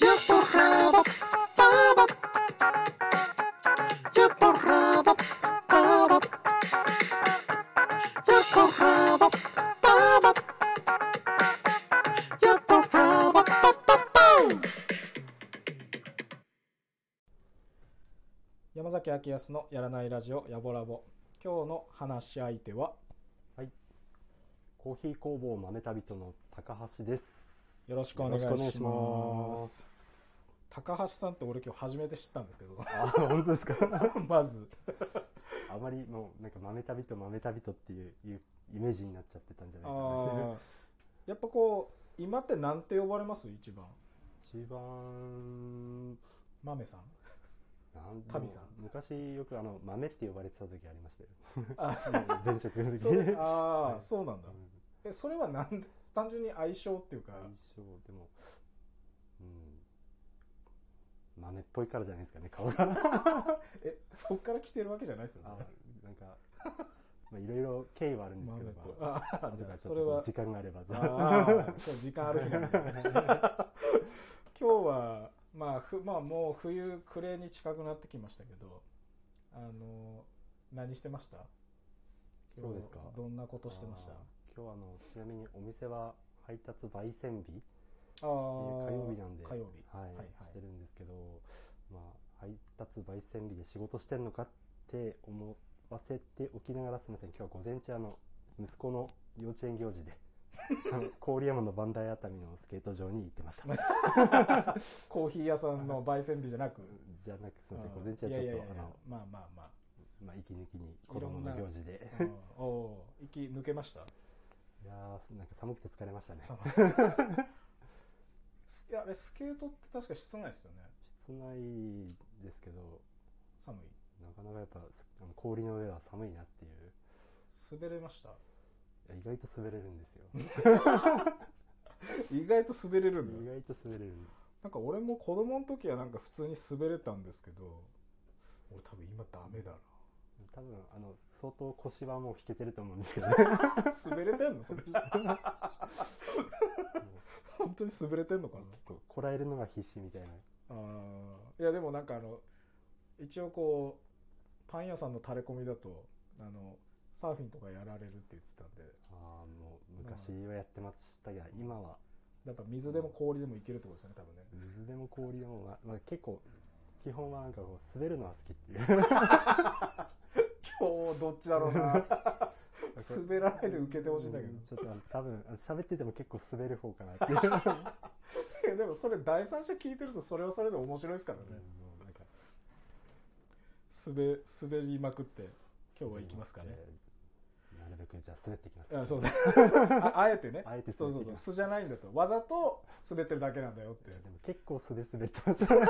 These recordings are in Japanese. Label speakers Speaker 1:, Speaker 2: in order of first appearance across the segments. Speaker 1: Я порабок, бабок. Я порабок, бабок. Я порабок, бабок. Я порабок, ба-ба-бам.
Speaker 2: 山崎明康のやらないラジオやぼラボ今日の話し相手は
Speaker 3: コーヒー工房豆旅人の高橋です。
Speaker 2: よろしくお願いし
Speaker 3: よ
Speaker 2: ま
Speaker 3: ろ
Speaker 2: す
Speaker 3: しくお願いします。
Speaker 2: 高橋さんって俺今日初めて知ったんですけど
Speaker 3: あ、本当ですか
Speaker 2: まず
Speaker 3: あまりもう、なんか豆旅人、豆旅人っていういうイメージになっちゃってたんじゃないか
Speaker 2: あ
Speaker 3: な。
Speaker 2: ーやっぱこう今ってなんて呼ばれます一番
Speaker 3: 一番、
Speaker 2: 豆 さん
Speaker 3: なん
Speaker 2: 旅さん
Speaker 3: 昔よくあの、豆って呼ばれてた時ありましたよ。
Speaker 2: あそう
Speaker 3: 前職の時
Speaker 2: そう
Speaker 3: に。
Speaker 2: あー、そうなんだ
Speaker 3: うん
Speaker 2: えそれはなんで単純に相性っていうか
Speaker 3: 相性でも、うん。豆っぽいからじゃないですかね、顔 が。
Speaker 2: えそっから来てるわけじゃないですよ
Speaker 3: あ
Speaker 2: ね
Speaker 3: なんか、まあ、いろいろ経緯はあるんですけ
Speaker 2: 豆
Speaker 3: ど、
Speaker 2: と
Speaker 3: まあ
Speaker 2: あー
Speaker 3: 後か
Speaker 2: じゃあ
Speaker 3: らち
Speaker 2: そ
Speaker 3: ょっ
Speaker 2: れ
Speaker 3: と
Speaker 2: は
Speaker 3: 時間があれば、じ
Speaker 2: あ
Speaker 3: ゃ
Speaker 2: ー今日時間ある 日なんで 今日は、まあ、ふまあもう冬暮れに近くなってきましたけどあの何してました
Speaker 3: 今日ですか
Speaker 2: どんなことしてました
Speaker 3: あ
Speaker 2: あ
Speaker 3: ー今日はあのちなみにお店は配達焙煎日
Speaker 2: あー
Speaker 3: 火曜日なんで
Speaker 2: 火曜日
Speaker 3: はい
Speaker 2: はい
Speaker 3: してるんですけど、まあ、配達焙煎日で仕事してんのかって思わせておきながらすみません今日は午前中あの息子の幼稚園行事 であの郡山の磐梯熱海のスケート場に行ってました
Speaker 2: コーヒー屋さんの焙煎日じゃなく
Speaker 3: じゃなくすみません
Speaker 2: あー
Speaker 3: 午前中はち
Speaker 2: い
Speaker 3: ょ
Speaker 2: やい
Speaker 3: っ
Speaker 2: や
Speaker 3: と
Speaker 2: い
Speaker 3: あ
Speaker 2: や
Speaker 3: の
Speaker 2: まあまあま
Speaker 3: まあ息抜きに
Speaker 2: いろ
Speaker 3: 子
Speaker 2: んな
Speaker 3: 供の行事で
Speaker 2: ああーおー息抜け ました
Speaker 3: いやーなんか寒くて疲れましたね
Speaker 2: いやあれスケートって確か室内ですよね
Speaker 3: 室内ですけど
Speaker 2: 寒い
Speaker 3: なかなかやっぱすあの氷の上は寒いなっていう
Speaker 2: 滑れました
Speaker 3: いや意外と滑れるんですよ
Speaker 2: 意外と滑れるん
Speaker 3: 意
Speaker 2: だ
Speaker 3: 外と滑れるんです
Speaker 2: なんか俺も子供の時はなんか普通に滑れたんですけど俺多分今ダメだ
Speaker 3: 多分あの相当腰はもう引けてると思うんですけど、
Speaker 2: な滑れてんのそれ本当に滑れてんのかな
Speaker 3: 結構こらえるのが必死みたいな
Speaker 2: あーいやでもなんかあの一応こうパン屋さんのタレコミだとあのサーフィンとかやられるって言ってたんで
Speaker 3: あーもう昔はやってましたが、今は
Speaker 2: やっぱ水でも氷でもいけるってことですよね多分ね
Speaker 3: 水でも氷でも、まあまあ、結構基本はなんかこう滑るのは好きっていう
Speaker 2: 今日どっちだろうな 滑らないで受けてほしいんだけど
Speaker 3: うちょっとあの多分あの喋ってても結構滑る方かな っていううんも
Speaker 2: い やでもそれ第三者聞いてるとそれはそれで面白いですからね、
Speaker 3: うなんか
Speaker 2: 滑滑りまくって今日は行きますかね
Speaker 3: えーなるべくじゃあ滑ってきます
Speaker 2: あそうだ ああえてね
Speaker 3: あえて
Speaker 2: そ
Speaker 3: 滑っ
Speaker 2: うそ
Speaker 3: てき
Speaker 2: うそう
Speaker 3: ます
Speaker 2: 素じゃないんだとわざと滑ってるだけなんだよっ
Speaker 3: い
Speaker 2: て
Speaker 3: やでも結構すべすべってます そう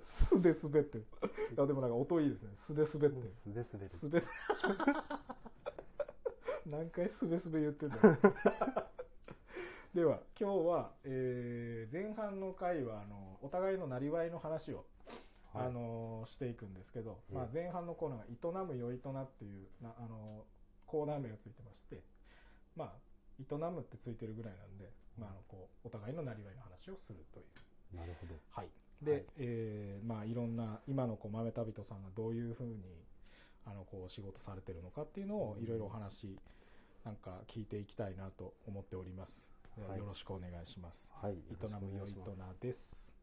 Speaker 2: 素で滑ってるいやでもなんか音いいですね素で滑ってる
Speaker 3: すべすべです
Speaker 2: 滑って 何回すべすべ言ってんだよ では今日は、えー前半の回はあのお互いのなりわいの話を
Speaker 3: はい
Speaker 2: あのーしていくんですけど、
Speaker 3: うん
Speaker 2: まあ、前半のコーナーが「営むよ営な」っていうな、あのーコーナー名がついてましてまあ営むってついてるぐらいなんで、まあ、あのこうお互いのなりわいの話をするという。
Speaker 3: なるほど
Speaker 2: はい、で、
Speaker 3: はい
Speaker 2: えーまあ、いろんな今のこう豆旅人さんがどういうふうにあのこう仕事されてるのかっていうのをいろいろお話なんか聞いていきたいなと思っております。では
Speaker 3: はい
Speaker 2: よろしくお願いします。
Speaker 3: はい
Speaker 2: 営むよ営なです。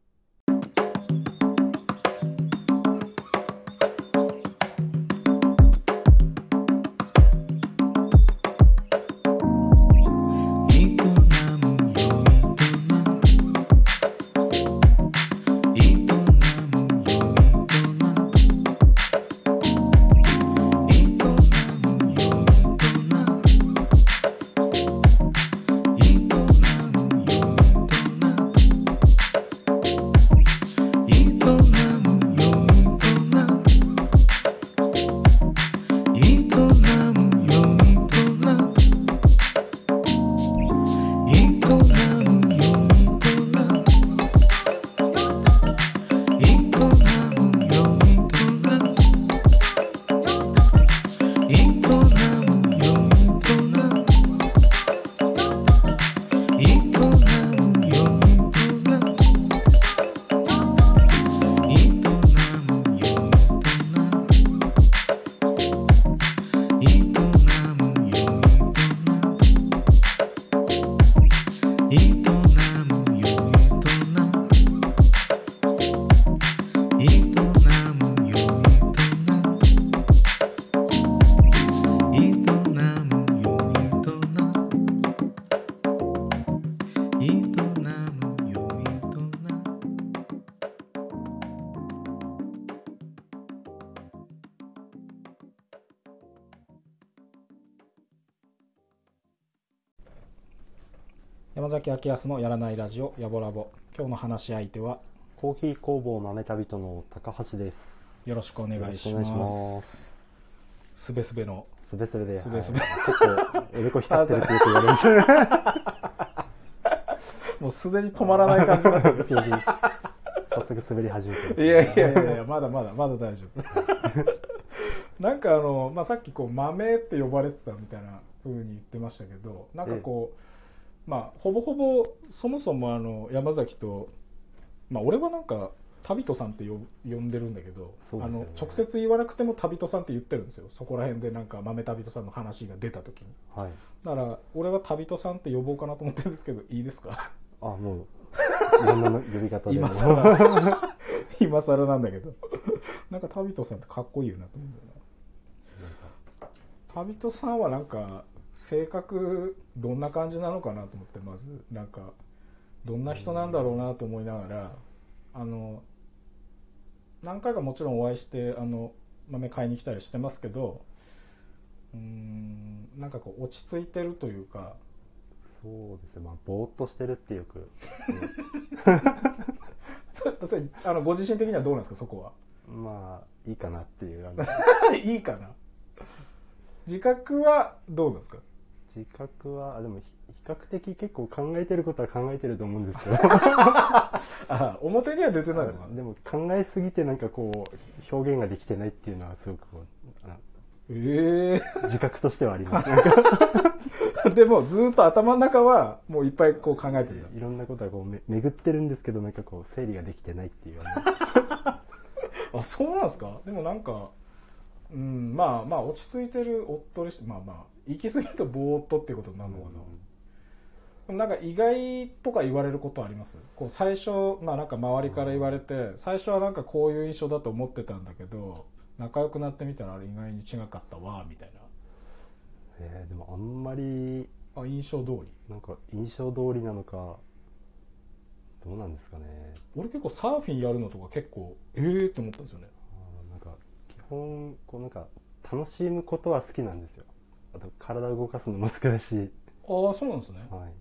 Speaker 4: 「営むよ営む」
Speaker 2: 山崎明康のやらないラジオやぼラボ今日の話し相手は
Speaker 3: コーヒー工房豆旅人の高橋です
Speaker 2: よろしくお願いし
Speaker 3: よろしくお願いし
Speaker 2: ま
Speaker 3: ます
Speaker 2: すべすべの
Speaker 3: すべすべで
Speaker 2: スベスベ
Speaker 3: はい結構エレコ光ってるってよく言われます
Speaker 2: もうすでに 止まらない感じになってる
Speaker 3: そうそう 早速滑り始めてます
Speaker 2: い
Speaker 3: ね
Speaker 2: やいやいやいやまだまだまだ大丈夫なんかあの、まあ、さっきこう豆って呼ばれてたみたいな風に言ってましたけどなんかこう、まあほぼほぼそもそもあの山崎とまあ俺はなんか旅人さんって呼呼んでるんだけど、
Speaker 3: そうで
Speaker 2: あ
Speaker 3: すよ
Speaker 2: の
Speaker 3: ね
Speaker 2: 直接言わなくても旅人さんって言ってるんですよそこら辺でなんか豆旅人さんの話が出た時に
Speaker 3: はい
Speaker 2: だから俺は旅人さんって呼ぼうかなと思ってるんですけどいいですか
Speaker 3: あもういろんな呼び方で
Speaker 2: 今
Speaker 3: もう
Speaker 2: 更 今更なんだけど なんか旅人さんってかっこいいよなと思うんだよな旅人さんはなんか性格どんな感じなのかなと思ってまずなんかどんな人なんだろうなと思いながらあの何回かもちろんお会いしてあの豆買いに来たりしてますけどうーんなんかこう落ち着いてるというか
Speaker 3: そうですねまあぼーっとしてるってよく、
Speaker 2: そそれあのご自身的にはどうなんですかそこは
Speaker 3: うんまあいいかなっていうあの
Speaker 2: いいかな自覚はどうなんですか
Speaker 3: 自覚はあでもひ比較的結構考えてることは考えてると思うんです けど
Speaker 2: あ表には出てないのか
Speaker 3: でも考えすぎてなんかこう表現ができてないっていうのはすごくこうあ
Speaker 2: え
Speaker 3: 自覚としてはあります
Speaker 2: え でもずっと頭の中はもういっぱいこう考えてるんだ
Speaker 3: いろんなことはこうめ巡ってるんですけどなんかこう整理ができてないっていう あ
Speaker 2: あそうなんですかでもなんかうんまあまあ落ち着いてるおっとりしてまあまあ行き過ぎるとぼーっとってことにな
Speaker 3: の
Speaker 2: るのかな、でもなんか意外とか言われることありますこう最初まあなんか周りから言われて最初はなんかこういう印象だと思ってたんだけど仲良くなってみたらあれ意外に違かったわみたい
Speaker 3: えーでもあんまり
Speaker 2: なあ印象通り
Speaker 3: なんか印象通りなのかどうなんですかね
Speaker 2: 俺結構サーフィンやるのとか結構ええって思ったんですよね
Speaker 3: あーなんか基本こうなんか楽しむことは好きなんですよあと体を動かすのも好きだし、
Speaker 2: ああそうなんですね
Speaker 3: はい、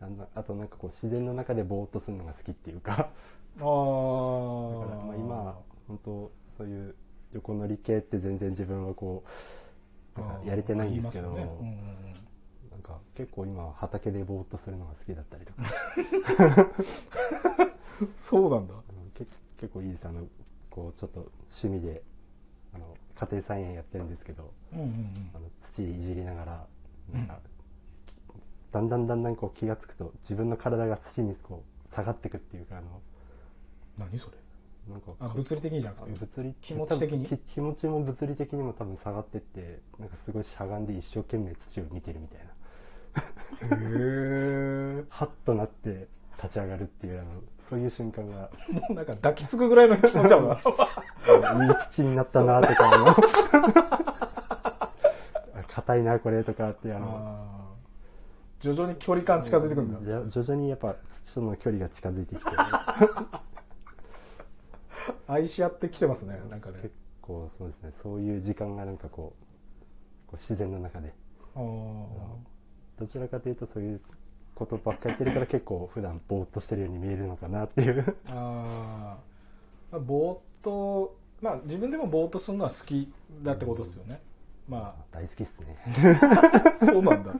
Speaker 3: あんなあとなんかこう自然の中でぼーっとするのが好きっていうか
Speaker 2: ああ
Speaker 3: だからまあ今本当そういう横乗り系って全然自分はこうなんかやれてないんですけど
Speaker 2: あー言いますよねうんうんうん
Speaker 3: なんか結構今畑でぼーっとするのが好きだったりとか
Speaker 2: そうなんだ
Speaker 3: あのけ結構いいですあのこうちょっと趣味であの家庭菜園やってるんですけど
Speaker 2: うんうんうん
Speaker 3: あの土いじりながら
Speaker 2: うん
Speaker 3: なんか、だんだんだんだんこう気が付くと自分の体が土にこう下がってくっていうかあの
Speaker 2: 何それ
Speaker 3: なんか
Speaker 2: あ
Speaker 3: か
Speaker 2: 物理的にじゃなくて
Speaker 3: 物理
Speaker 2: 気持ち的に
Speaker 3: 多分き気持ちも物理的にも多分下がってってなんかすごいしゃがんで一生懸命土を見てるみたいな
Speaker 2: へ
Speaker 3: ハッとなって立ち上がるっていうあのそういう瞬間が
Speaker 2: えもうなんか抱きつくぐらいの気持ち だもんな
Speaker 3: あのいい土になったなとかあの あ硬いなこれとかってあの
Speaker 2: あー徐々に距離感近づいてくるんだ
Speaker 3: じゃ徐々にやっぱ土との距離が近づいてきて
Speaker 2: 愛し合ってきてますねなんかね
Speaker 3: 結構そうですねそういう時間がなんかこうこう自然の中で
Speaker 2: あ
Speaker 3: どちらかというとそういうことばっかり言ってるから結構普段ぼーっとしてるように見えるのかなっていう
Speaker 2: ーあーぼーっとまあ自分でもぼーっとするのは好きだってことですよねまあ
Speaker 3: 大好きっすね
Speaker 2: そうなんだ。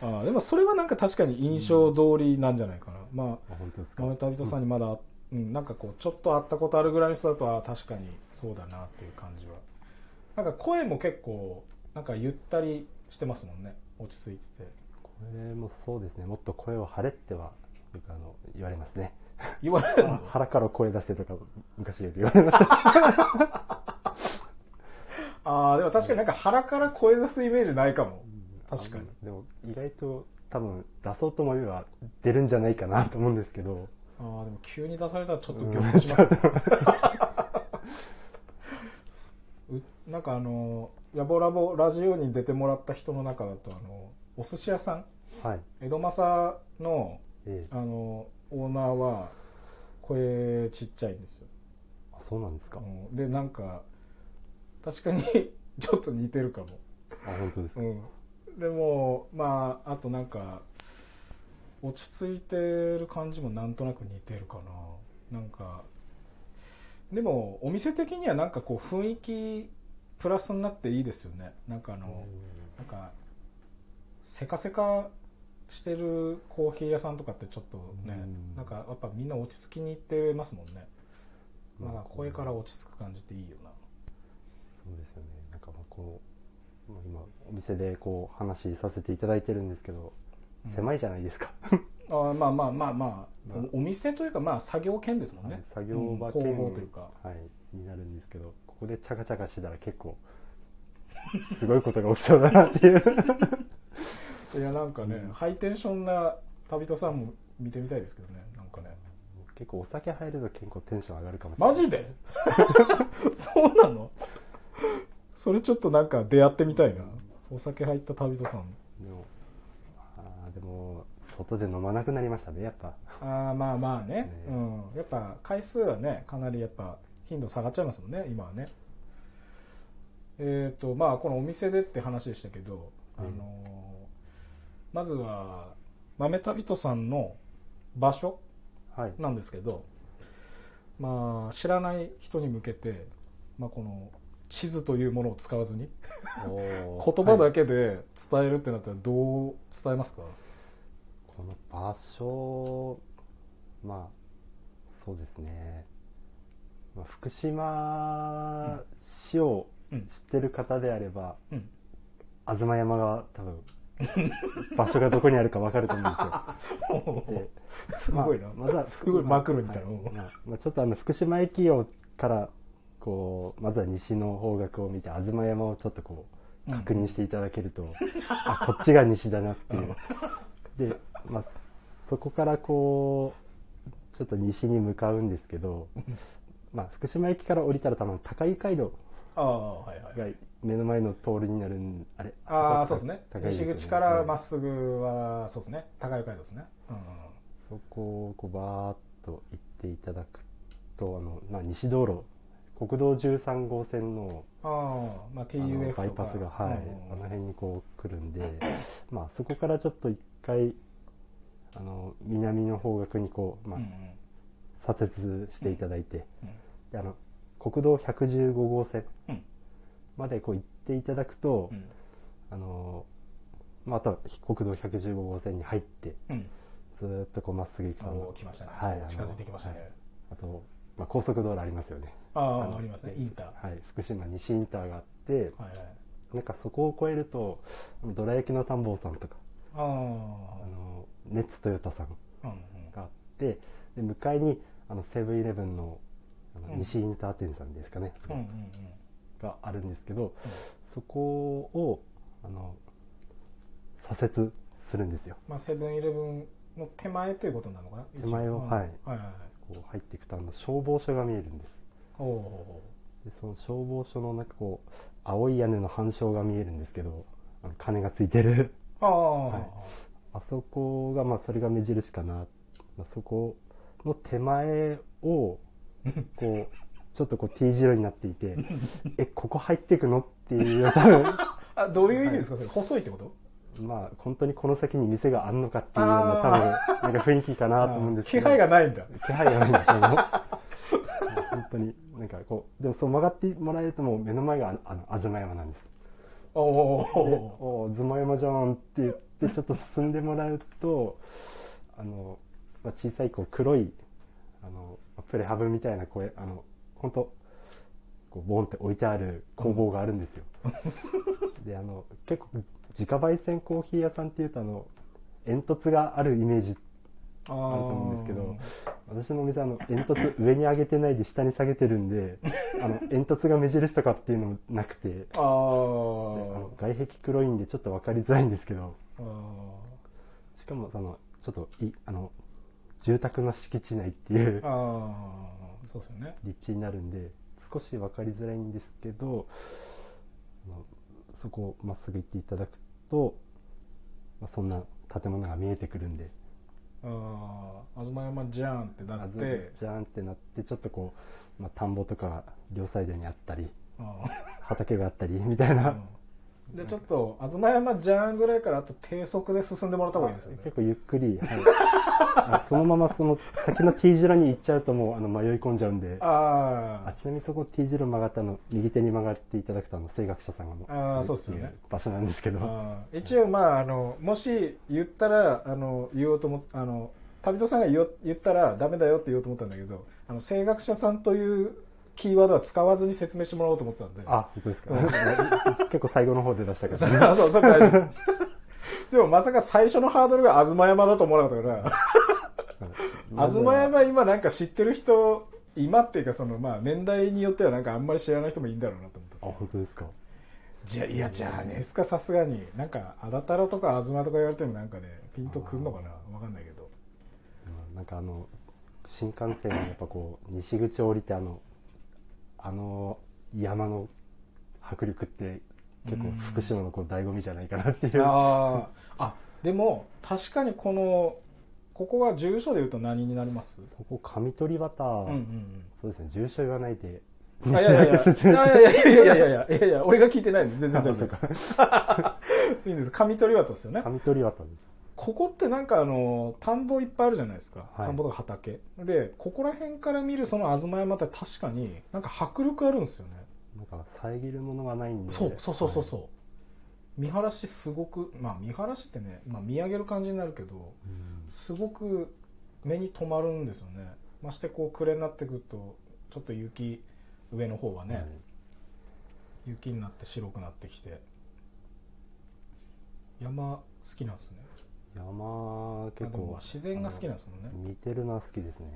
Speaker 2: あーでもそれはなんか確かに印象通りなんじゃないかな。まあ、
Speaker 3: あ本当ですか
Speaker 2: 豆旅人さんにまだ、うん、なんかこう、ちょっと会ったことあるぐらいの人だと、あー確かにそうだなっていう感じは。なんか声も結構、なんかゆったりしてますもんね。落ち着いてて。
Speaker 3: これもそうですねもっと声を張れってはよくあの言われますね
Speaker 2: 言われるの
Speaker 3: 腹から声出せとか昔よく言われました
Speaker 2: ああ、でも確かになんか腹から声出すイメージないかも。確かに
Speaker 3: あのでも意外と多分出そうと思えば出るんじゃないかなと思うんですけど
Speaker 2: ああ、でも急に出されたらちょっとギョッとしますね。う なんかあのラボラボラジオに出てもらった人の中だとあのお寿司屋さん
Speaker 3: はい
Speaker 2: 江戸正の
Speaker 3: ええ
Speaker 2: あのオーナーは声ちっちゃいんですよ
Speaker 3: あそうなんですか
Speaker 2: うんでなんか確かに ちょっと似てるかも
Speaker 3: あ本当ですか
Speaker 2: うん、でもまああとなんか落ち着いてる感じもなんとなく似てるかななんかでもお店的にはなんかこう雰囲気プラスになっていいですよねなんかあの、なんかせかせかしてるコーヒー屋さんとかってちょっとね、
Speaker 3: うん
Speaker 2: なんかやっぱみんな落ち着きに行ってますもんね、
Speaker 3: まあ
Speaker 2: なんか声から落ち着く感じっていいよな
Speaker 3: そうですよねなんかまあこうまあ今お店でこう話しさせていただいてるんですけど、
Speaker 2: うん
Speaker 3: 狭いじゃないですか、
Speaker 2: あーまあまあまあまあ、
Speaker 3: まあ
Speaker 2: おお店というかまあ作業兼ですもんね、
Speaker 3: はい作業場
Speaker 2: うん
Speaker 3: 兼、
Speaker 2: 工房というか
Speaker 3: はい、になるんですけどここでチャカチャカしてたら結構すごいことが起きそうだなって いう
Speaker 2: いやなんかね、
Speaker 3: うん
Speaker 2: ハイテンションな旅人さんも見てみたいですけどねなんかね
Speaker 3: 結構お酒入ると結構テンション上がるかもしれな
Speaker 2: マ
Speaker 3: い
Speaker 2: ジで そうなのそれちょっとなんか出会ってみたいなお酒入った旅人さん
Speaker 3: でもあーでも外で飲まなくなりましたねやっぱ
Speaker 2: ああまあまあね
Speaker 3: ね
Speaker 2: うん、やっぱ回数はねかなりやっぱ頻度下がっちゃいますもんね今はねえっ、とまあこのお店でって話でしたけど、
Speaker 3: うん
Speaker 2: あのーまずは豆旅人さんの場所
Speaker 3: はい
Speaker 2: なんですけどまあ知らない人に向けて、まあ、この地図というものを使わずに 言
Speaker 3: 言
Speaker 2: 葉だけで伝えるってなったらどう伝えますか、
Speaker 3: この場所まあそうですね、まあ、福島市を知
Speaker 2: うん
Speaker 3: ってる方であれば、
Speaker 2: うん
Speaker 3: 吾妻山が多分場所がどこにあるか分かると思うんですよで
Speaker 2: すごいな、
Speaker 3: まあまずは
Speaker 2: すごいマクロみたいな、
Speaker 3: は
Speaker 2: うん
Speaker 3: まあまあちょっとあの福島駅をからこうまずは西の方角を見て吾妻山をちょっとこう確認していただける と、あこっちが西だなっていうで、まあ、そこからこうちょっと西に向かうんですけど、まあ、福島駅から降りたら多分高井街道
Speaker 2: ああはいはい
Speaker 3: が目の前の通りになるんあれ
Speaker 2: ああそ
Speaker 3: こ
Speaker 2: うですね
Speaker 3: 高井
Speaker 2: 西
Speaker 3: よ
Speaker 2: 口からまっ
Speaker 3: はい
Speaker 2: すぐはそうですね高い街道ですね、うんうんうん
Speaker 3: そこをこうバーッと行っていただくとあの、まあ、西道路国道13号線の
Speaker 2: ああまあ
Speaker 3: あの
Speaker 2: TUF とか
Speaker 3: バイパスが、はい
Speaker 2: うん
Speaker 3: あの辺にこう来るんで、 まあ、そこからちょっと一回あの南の方角にこう、まあ
Speaker 2: うんうん
Speaker 3: 左折していただいて、
Speaker 2: うん
Speaker 3: であの国道115号線
Speaker 2: うん
Speaker 3: までこう行っていただくと、
Speaker 2: うん
Speaker 3: あのまあ、あとは国道115号線に入って
Speaker 2: うん
Speaker 3: ずーっとこうまっすぐ行くとあ
Speaker 2: お
Speaker 3: の
Speaker 2: ー来ましたね、
Speaker 3: はいあの
Speaker 2: 近づいてきましたね、
Speaker 3: はいあと、まあ、高速道路ありますよね、
Speaker 2: あ
Speaker 3: あ
Speaker 2: あ
Speaker 3: の
Speaker 2: ありますねインターは
Speaker 3: はい、福島西インターがあって
Speaker 2: いはい
Speaker 3: なんかそこを越えるとあのどら焼きの探訪さんとか
Speaker 2: ああ
Speaker 3: あの熱トヨタさん
Speaker 2: うん
Speaker 3: があってで向かいにあのセブンイレブンのあの
Speaker 2: うん
Speaker 3: 西インター店さんですかね、
Speaker 2: うんうんうん
Speaker 3: があるんですけど、そこをあの左折するんですよ
Speaker 2: まあセブンイレブンの手前ということなのかな
Speaker 3: 手前を
Speaker 2: 一応うん
Speaker 3: はい
Speaker 2: はいはい
Speaker 3: こう入っていくとあの消防署が見えるんです
Speaker 2: おお
Speaker 3: でその消防署のなんかこう青い屋根の反証が見えるんですけどあの鐘がついてる
Speaker 2: ーああ、
Speaker 3: はいあそこがまあそれが目印かな、まあ、そこの手前 をこうちょっとこう T 字路になっていて えここ入っていくのっていう多分
Speaker 2: あどういう意味ですかそれ細いってこと
Speaker 3: まあ本当にこの先に店があんのかっていうような多分なんか雰囲気かなと思うんですけど
Speaker 2: あー気配がないんだ
Speaker 3: 気配がないんですよ本当になんかこうでもそう曲がってもらえるともう目の前があの吾妻山なんです
Speaker 2: お
Speaker 3: で
Speaker 2: お
Speaker 3: おお吾妻山じゃんって言ってちょっと進んでもらうとあの、まあ、小さいこう黒いあのプレハブみたいな声あの本当こうボンって置いてある工房があるんです よ、であの結構自家焙煎コーヒー屋さんっていうとあの煙突があるイメージ
Speaker 2: あると
Speaker 3: あると思うんですけど私のお店あの煙突上に上げてないで下に下げてるんであの煙突が目印とかっていうのもなくてで
Speaker 2: あ
Speaker 3: あ
Speaker 2: ー
Speaker 3: の外壁黒いんでちょっと分かりづらいんですけど
Speaker 2: あー
Speaker 3: しかもそのちょっといあの住宅の敷地内っていう
Speaker 2: あーそうですよね
Speaker 3: 立地になるんで少し分かりづらいんですけどあのそこをまっすぐ行っていただくと、まあ、そんな建物が見えてくるんで
Speaker 2: ああ東山じゃんってなっ
Speaker 3: あず
Speaker 2: て
Speaker 3: じゃーんってなってちょっとこう、まあ、田んぼとか両サイドにあったり
Speaker 2: あー
Speaker 3: 畑があったりみたいな、
Speaker 2: うんでちょっと東山ジャーンぐらいからあと低速で進んでもらった方がいいですよね
Speaker 3: 結構ゆっくり、はいあ、そのままその先の T 字路に行っちゃうともうあの迷い込んじゃうんであ
Speaker 2: あ
Speaker 3: ちなみにそこ T 字路曲がったの右手に曲がっていただくとあの声楽者さんがも
Speaker 2: あーそうっ
Speaker 3: です
Speaker 2: よね
Speaker 3: 場所なんですけ
Speaker 2: ー
Speaker 3: ど
Speaker 2: あー一応まああのもし言ったらあの言おうと思っあの旅人さんが言お言ったらダメだよって言おうと思ったんだけどあの声楽者さんというキーワードは使わずに説明してもらおうと思ってたんで
Speaker 3: あ本当ですか結構最後の方で出したか
Speaker 2: そ
Speaker 3: ら、
Speaker 2: うそうそう大丈夫でもまさか最初のハードルが東山だと思わなかったから
Speaker 3: ま
Speaker 2: 東
Speaker 3: ずは
Speaker 2: 山今なんか知ってる人今っていうかそのまあ年代によってはなんかあんまり知らない人もいいんだろうなと思った
Speaker 3: あ本当ですか
Speaker 2: じゃいやじゃあねですかさすがになんかあだたろとか東とか言われてもなんかねピンとくんのかなわかんないけど
Speaker 3: うんなんかあの新幹線のやっぱこう西口降りてあのあの山の迫力って結構福島のこう醍醐味じゃないかなっていう
Speaker 2: あーあでも確かにこのここは住所で言うと何になります
Speaker 3: ここ上取バター、
Speaker 2: うんうん
Speaker 3: そうですね住所言わないで
Speaker 2: うんあい やいやいやいやいやいやいやいやいやいやいや俺が聞いてないです全然全
Speaker 3: そう
Speaker 2: 然
Speaker 3: か
Speaker 2: いいんです上取り渡ですよね
Speaker 3: 上取バターです
Speaker 2: ここってなんかあの田んぼいっぱいあるじゃないですか、
Speaker 3: はい
Speaker 2: 田んぼとか畑でここら辺から見るその東山って確かになんか迫力あるんですよね、
Speaker 3: なんか遮るものがないんで
Speaker 2: そうそうそうそうそう
Speaker 3: は、
Speaker 2: 見晴らしすごくまあ見晴らしってね、まあ、見上げる感じになるけど
Speaker 3: いうん
Speaker 2: すごく目に留まるんですよねましてこう暮れになってくるとちょっと雪上の方はね、
Speaker 3: はい
Speaker 2: 雪になって白くなってきて山好きなんですね
Speaker 3: 山結
Speaker 2: あでもま
Speaker 3: 構
Speaker 2: あ自然が好きなんですもんね
Speaker 3: 見てるのは好きですね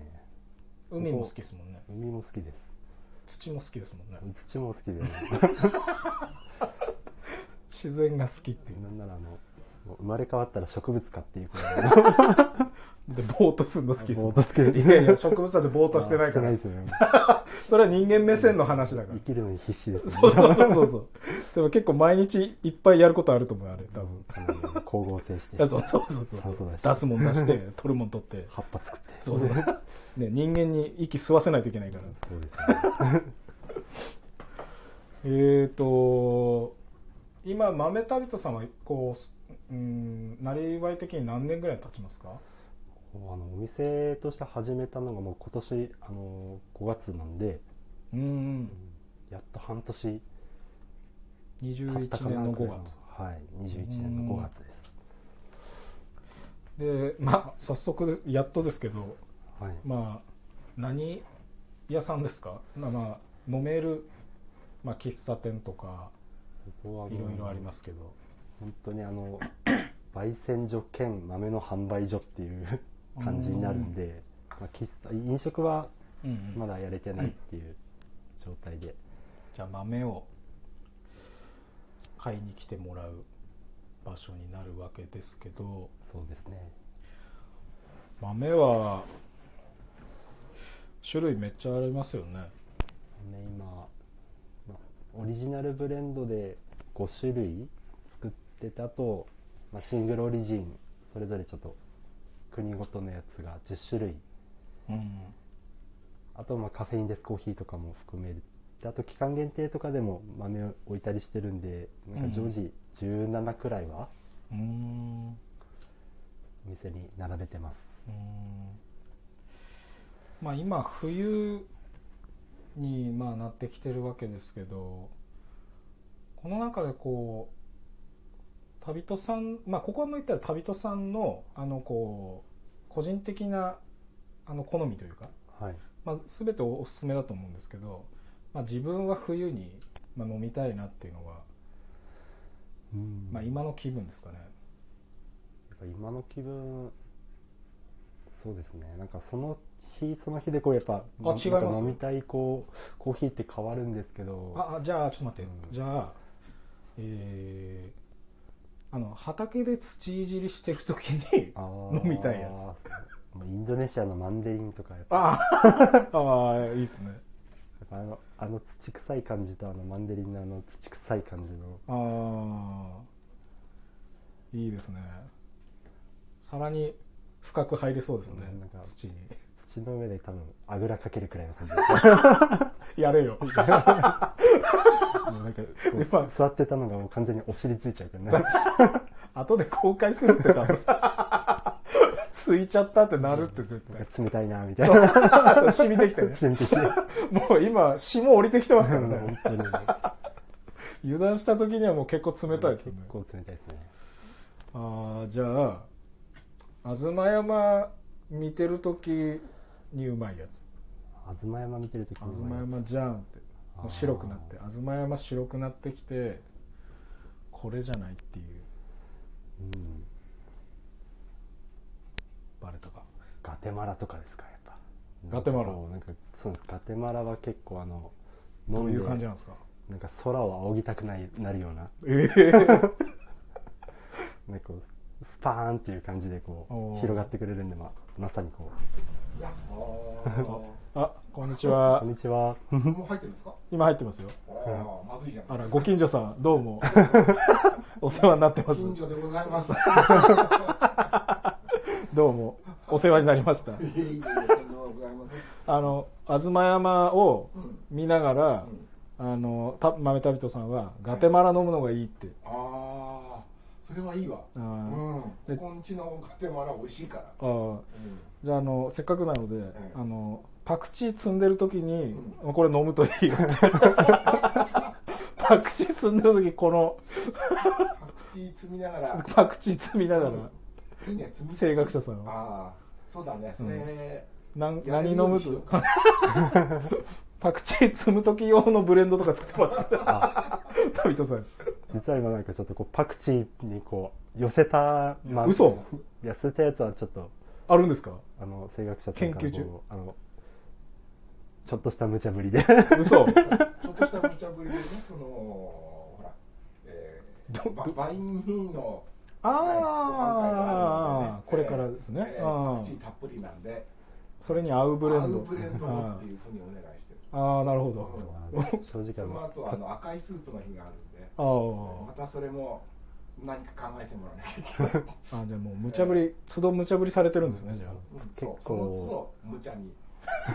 Speaker 2: 海も好きですもんね
Speaker 3: 海も好きです
Speaker 2: 土も好きですもんね
Speaker 3: 土も好きで
Speaker 2: 自然が好きっていう
Speaker 3: なんならあのもう生まれ変わったら植物かっていうくらい
Speaker 2: で ボーっとするの好きですもん
Speaker 3: ぼーっと好きで
Speaker 2: いや いや植物だってボーっとしてないか
Speaker 3: あ
Speaker 2: ら
Speaker 3: ーしてないですよね
Speaker 2: それは人間目線の話だから
Speaker 3: 生きるのに必死ですね
Speaker 2: そうそうそうそうそうでも結構毎日いっぱいやることあると思うあれ多分、
Speaker 3: かなりあの光合成して
Speaker 2: いやそうそうそうそう
Speaker 3: 酸素出して
Speaker 2: 出すもん出 して取るもん取って
Speaker 3: 葉っぱ作って
Speaker 2: そうそうね人間に息吸わせないといけないから
Speaker 3: そうですね
Speaker 2: えーと今豆旅人さんはこううんなりわい的に何年ぐらい経ちますか
Speaker 3: もうあのお店として始めたのがもう今年あの5月なんで
Speaker 2: うん
Speaker 3: やっと半年
Speaker 2: 21年の5月
Speaker 3: はい21年の5月です
Speaker 2: でまあ早速でやっとですけど
Speaker 3: はい
Speaker 2: まあ何屋さんですかなまあ飲める、まあ、喫茶店とか
Speaker 3: ここはもう
Speaker 2: いろいろありますけど
Speaker 3: 本当にあの 焙煎所兼豆の販売所っていう 感じになるんで、まあ、喫茶飲食は
Speaker 2: うんうん
Speaker 3: まだやれてないっていう状態で、
Speaker 2: じゃあ豆を買いに来てもらう場所になるわけですけど
Speaker 3: そうですね
Speaker 2: 豆は種類めっちゃありますよね
Speaker 3: ね今、まあオリジナルブレンドで5種類作ってたと、まあ、シングルオリジンそれぞれちょっと国ごとのやつが10種類
Speaker 2: うん
Speaker 3: あとまあカフェインレスコーヒーとかも含めるであと期間限定とかでも豆を置いたりしてるんでなんか常時17くらいは
Speaker 2: うーんう
Speaker 3: お店に並べてます、
Speaker 2: ーんまあ今冬にまあなってきてるわけですけどこの中でこう旅人さんまあここはもう言ったら旅人さんのあのこう個人的なあの好みというか
Speaker 3: はい
Speaker 2: まあ、全ておすすめだと思うんですけど、まあ、自分は冬に、まあ、飲みたいなっていうのが、
Speaker 3: うん
Speaker 2: まあ、今の気分ですかね
Speaker 3: やっぱ今の気分そうですねなんかその日その日でこうやっぱな
Speaker 2: 違い
Speaker 3: なん
Speaker 2: ま
Speaker 3: か
Speaker 2: す
Speaker 3: 飲みたいこうコーヒーって変わるんですけど
Speaker 2: ああじゃあちょっと待って、
Speaker 3: うん
Speaker 2: じゃあえーあの畑で土いじりしてる時 に
Speaker 3: ー
Speaker 2: 飲みたいやつ
Speaker 3: もうインドネシアのマンデリンとかやっぱ
Speaker 2: ああああいいですね
Speaker 3: やっぱあのあの土臭い感じとあのマンデリンのあの土臭い感じの
Speaker 2: ああいいですねさらに深く入れそうですね
Speaker 3: うんなんか
Speaker 2: 土に
Speaker 3: 土土の上で多分あぐらかけるくらいの感じです
Speaker 2: や れよ
Speaker 3: もうなんかこう
Speaker 2: でも
Speaker 3: 座ってたのがもう完全にお尻ついちゃうからね
Speaker 2: 後で公開するって多分 ついちゃったってなるって絶
Speaker 3: なん
Speaker 2: 対
Speaker 3: か冷たいなみたいな
Speaker 2: そう染みてき てね
Speaker 3: 心理的に
Speaker 2: もう今霜降りてきてますからね
Speaker 3: 本当に
Speaker 2: 油断した時にはもう結構冷たいですよね
Speaker 3: 結 構冷たいですね
Speaker 2: ああじゃあ東山見てる時にうまいやつ
Speaker 3: 東山見てる時
Speaker 2: 東山じゃんってもう白くなって東山白くなってきてこれじゃないっていう
Speaker 3: うん
Speaker 2: バレたか
Speaker 3: ガテマラとかですかやっぱ
Speaker 2: ガテマ
Speaker 3: な
Speaker 2: ラ
Speaker 3: んかこうなんかそうですガテマラは結構あの
Speaker 2: ど
Speaker 3: 飲
Speaker 2: うんい
Speaker 3: で
Speaker 2: う感じなんですか
Speaker 3: なんか空を仰ぎたくないなるような
Speaker 2: ええ
Speaker 3: なんかこうスパーンっていう感じでこ
Speaker 2: おー
Speaker 3: う広がってくれるんでままさにこ
Speaker 2: あこんにち
Speaker 3: う「
Speaker 2: は
Speaker 3: こんにち は」
Speaker 4: もう入ってるんですか
Speaker 2: 今入ってますよ
Speaker 4: ああ、まずいじゃ
Speaker 2: あ
Speaker 4: ない
Speaker 2: ら
Speaker 4: です
Speaker 2: ご近所さんどうも お世話になってま
Speaker 4: か。
Speaker 2: す
Speaker 4: 近所でございます。
Speaker 2: どうもお世話になりました
Speaker 4: いえいえいえとんでもございません
Speaker 2: あの東山を
Speaker 4: うん
Speaker 2: 見ながら、
Speaker 4: うん
Speaker 2: あのた豆旅人さんはガテマラ飲むのがいいって、
Speaker 4: ああ、それはいいわ。
Speaker 2: あ
Speaker 4: う
Speaker 2: ーえ
Speaker 4: ん。こんちのカテマラ美味しいから。
Speaker 2: あー
Speaker 4: うん
Speaker 2: じゃああのせっかくなので、
Speaker 4: ん
Speaker 2: あのパクチー積んでる時に、これ飲むといいよって パクチー積んでる時この
Speaker 4: パクチー積みながら。
Speaker 2: パクチー積みながら
Speaker 4: いいね、積みつつ
Speaker 2: 声楽者さんは
Speaker 4: ああ、そうだね、それ。
Speaker 2: なん
Speaker 4: や
Speaker 2: 何
Speaker 4: れる
Speaker 2: 飲
Speaker 4: よう
Speaker 2: む
Speaker 4: にしよ
Speaker 2: と
Speaker 4: う
Speaker 2: パクチー積む時用のブレンドとか作ってもらって旅人さん
Speaker 3: 実は今なんかちょっとこうパクチーにこう寄せた、ま
Speaker 2: 嘘
Speaker 3: 寄せたやつはちょっと
Speaker 2: あるんですか
Speaker 3: あの声楽者さんからこう
Speaker 2: 研究中
Speaker 3: あのちょっとした無茶 ぶりで
Speaker 2: 嘘
Speaker 4: ちょっとした無茶ぶりでね、その、ほら。え
Speaker 2: ど
Speaker 4: ー、ババインミーの。
Speaker 2: あ
Speaker 4: はい
Speaker 2: あ、これからですね、
Speaker 4: えー
Speaker 2: あー
Speaker 4: パクチーたっぷりなんで。
Speaker 2: それに合うブレンド
Speaker 4: 合うブレンドをっていうふうにお願い してる。
Speaker 2: あーあーなるほ
Speaker 4: うん
Speaker 2: ど
Speaker 3: 正直あ
Speaker 4: その
Speaker 3: の
Speaker 4: 後あの赤いスープの日があるんで、ま
Speaker 2: あ
Speaker 4: たそれも何か考えてもらわなきゃいけない。
Speaker 2: ーあーじゃあもう無茶ぶり都度無茶ぶりされてるんですねじゃ
Speaker 4: うん
Speaker 3: 結構
Speaker 4: そうその都度無茶に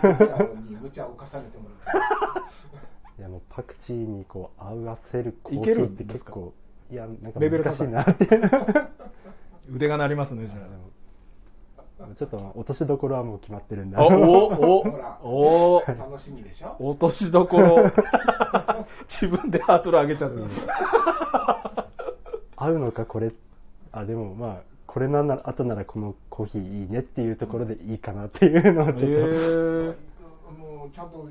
Speaker 4: 無茶に無茶を重ねてもらって。
Speaker 3: いやもうパクチーにこう合わせるコー
Speaker 2: い
Speaker 3: ヒ
Speaker 2: け
Speaker 3: ー
Speaker 2: る
Speaker 3: っ
Speaker 2: ん
Speaker 3: て
Speaker 2: で
Speaker 3: 結
Speaker 2: すか
Speaker 3: 構いやなんか
Speaker 2: レベル
Speaker 3: 難しいなって
Speaker 2: あ腕が鳴りますねじゃ
Speaker 3: ちょっとまあ落としどころはもう決まってるんで
Speaker 2: あお
Speaker 4: ほら
Speaker 2: おお
Speaker 4: 楽しみでしょ。
Speaker 2: お落としどこ ろ自分でハードル上げちゃ ってる
Speaker 3: 合うのかこれあでもまあこれなんなら後ならこのコーヒーいいねっていうところでいいかなっていうのをちょっと、
Speaker 2: へえ
Speaker 4: もうちゃんと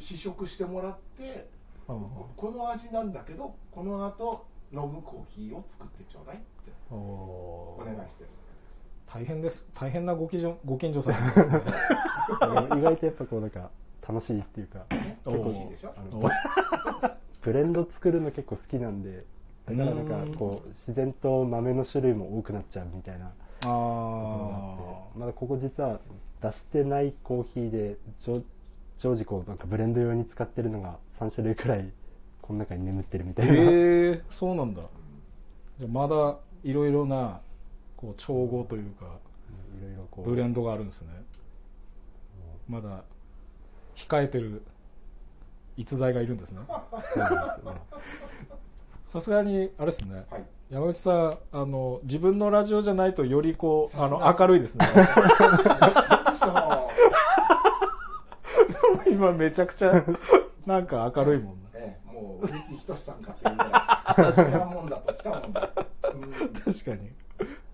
Speaker 4: 試食してもらって、ここの味なんだけどこの後飲むコーヒーを作ってちょうだいってお願いしてる。
Speaker 2: 大変です大変なご近所ご近所さんですね
Speaker 3: 意外とやっぱこうなんか楽しいっていうか
Speaker 4: ね
Speaker 2: お
Speaker 4: 美
Speaker 2: ー
Speaker 4: 味しいでしょ。
Speaker 3: あのブレンド作るの結構好きなんでだからなんかこう自然と豆の種類も多くなっちゃうみたいな
Speaker 2: あ
Speaker 3: ところがあっ
Speaker 2: あ
Speaker 3: てまだここ実は出してないコーヒーでじょ常時こうなんかブレンド用に使ってるのが3種類くらいこの中に眠ってるみたいな、
Speaker 2: へえそうなんだじゃあまだいろいろなこう調合というか
Speaker 3: いろいろこう
Speaker 2: ブレンドがあるんですねまだ控えてる逸材がいるんですね
Speaker 3: そうなんですよね
Speaker 2: さすがにあれですね
Speaker 4: はい。
Speaker 2: 山口さんあの自分のラジオじゃないとよりこう
Speaker 4: さ
Speaker 2: あ
Speaker 4: すが
Speaker 2: の明るいですね
Speaker 4: そう
Speaker 2: 今めちゃくちゃなんか明るいもんな
Speaker 4: ええ、もう植木仁さんかっていうぐらいそ んなもんだと来たもんだ、うん
Speaker 2: 確かに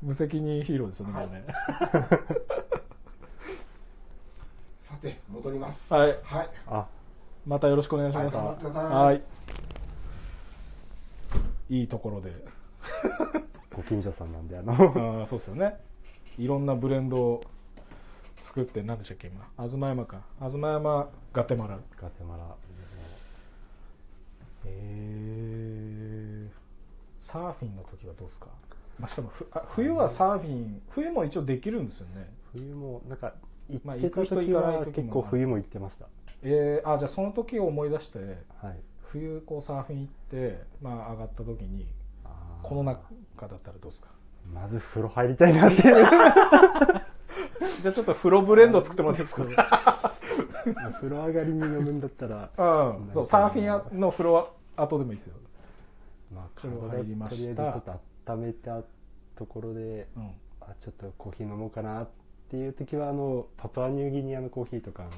Speaker 2: 無責任ヒーローですよね、もうね
Speaker 4: さて戻ります
Speaker 2: はい
Speaker 4: はい
Speaker 3: あ
Speaker 2: またよろしくお願いします。
Speaker 4: はい頑張ってください
Speaker 2: い。いいところで。
Speaker 3: ご近所さんなんであ の
Speaker 2: あーそうですよね。いろんなブレンドを作って、何でしたっけ、今。東山か。東山ガテマラ。へ
Speaker 3: ガテマラ
Speaker 2: え。サーフィンの時はどうですか、まあ、しかもふあ冬はサーフィン、冬も一応できるんですよね。
Speaker 3: 冬もなんか
Speaker 2: ま
Speaker 3: 行
Speaker 2: あ
Speaker 3: ってた時
Speaker 2: 行く人行かない
Speaker 3: は
Speaker 2: 時も
Speaker 3: 結構冬も行ってました、
Speaker 2: えー、あ、じゃあその時を思い出して、
Speaker 3: はい
Speaker 2: 冬こうサーフィン行って、まあ上がった時に、
Speaker 3: あー
Speaker 2: この中だったらどうですか
Speaker 3: まず風呂入りたいなっていう
Speaker 2: じゃあちょっと風呂ブレンド作ってもらっていいですか
Speaker 3: 風呂上がりに飲むんだったら
Speaker 2: うん、そうサーフィンのフロア後でもいいですよ、
Speaker 3: まあ、
Speaker 2: 風呂
Speaker 3: 体
Speaker 2: 入りました
Speaker 3: とりあえずちょっと温めたところで、
Speaker 2: うん、
Speaker 3: あちょっとコーヒー飲もうかなっていう時はあのパプアニューギニアのコーヒーとかの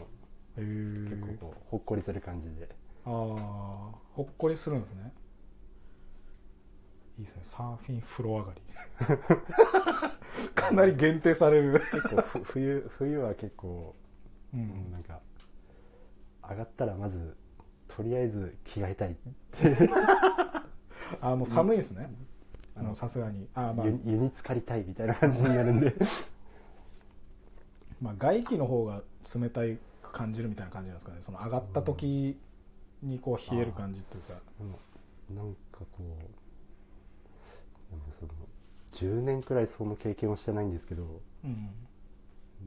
Speaker 2: へ
Speaker 3: 結構
Speaker 2: え
Speaker 3: こうほっこりする感じで
Speaker 2: ああほっこりするんですねいいですねサーフィン風呂上がり かなり限定される、
Speaker 3: 結構ふ冬 冬は結構、
Speaker 2: う、
Speaker 3: もうんなんか上がったらまずとりあえず着替えたいって
Speaker 2: あもう寒いですね
Speaker 3: うん
Speaker 2: あのさすがにあ、まあ
Speaker 3: 湯、湯に浸かりたいみたいな感じになるんで
Speaker 2: まあ、外気の方が冷たいく感じるみたいな感じなんですかねその上がった時にこう冷える感じっていうか
Speaker 3: うんなんかこうでもその10年くらいその経験をしてないんですけど
Speaker 2: うん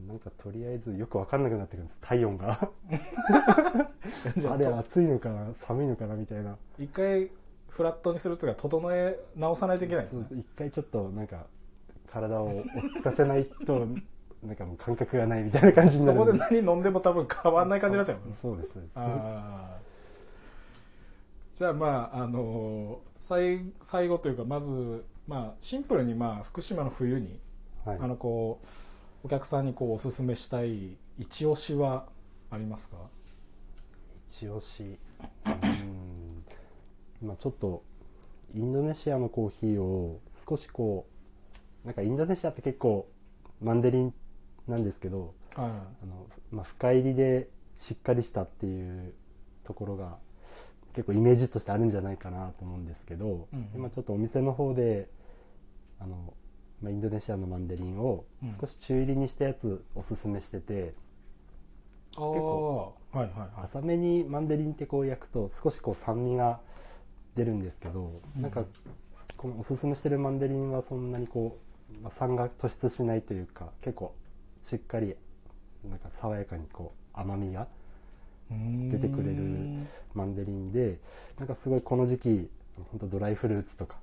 Speaker 3: なんかとりあえずよく分かんなくなってくるんです体温が
Speaker 2: じゃあ
Speaker 3: あれ暑いのかな寒いのかなみたいな
Speaker 2: 一回フラットにするつが整え直さないといけないです
Speaker 3: そ
Speaker 2: ね
Speaker 3: う一回ちょっとなんか体を落ち着かせないとなんかもう感覚がないみたいな感じにな
Speaker 2: そ
Speaker 3: る
Speaker 2: こで
Speaker 3: ん
Speaker 2: 何飲んでも多分変わんない感じになっちゃうもんね
Speaker 3: そうですそうです
Speaker 2: あーじゃあまああの最最後というかまず、まあ、シンプルにまあ福島の冬に、
Speaker 3: はい
Speaker 2: あのこうお客さんにこうおすすめしたい一押しはありますか
Speaker 3: 一押しうーん今ちょっとインドネシアのコーヒーを少しこうなんかインドネシアって結構マンデリンなんですけど
Speaker 2: は
Speaker 3: あの、まあ、深入りでしっかりしたっていうところが結構イメージとしてあるんじゃないかなと思うんですけど、
Speaker 2: うんうん
Speaker 3: 今ちょっとお店の方であの、まあ、インドネシアのマンデリンを
Speaker 2: うん
Speaker 3: 少し中入りにしたやつおすすめしてて、
Speaker 2: い、構はいはいはい
Speaker 3: 浅めにマンデリンってこう焼くと少しこう酸味が出るんですけど、
Speaker 2: うん
Speaker 3: なんかこのおすすめしてるマンデリンはそんなにこう、まあ、酸が突出しないというか結構しっかりなんか爽やかにこう甘みが
Speaker 2: 出
Speaker 3: 出てくれるマンデリンでなんかすごいこの時期本当ドライフルーツとか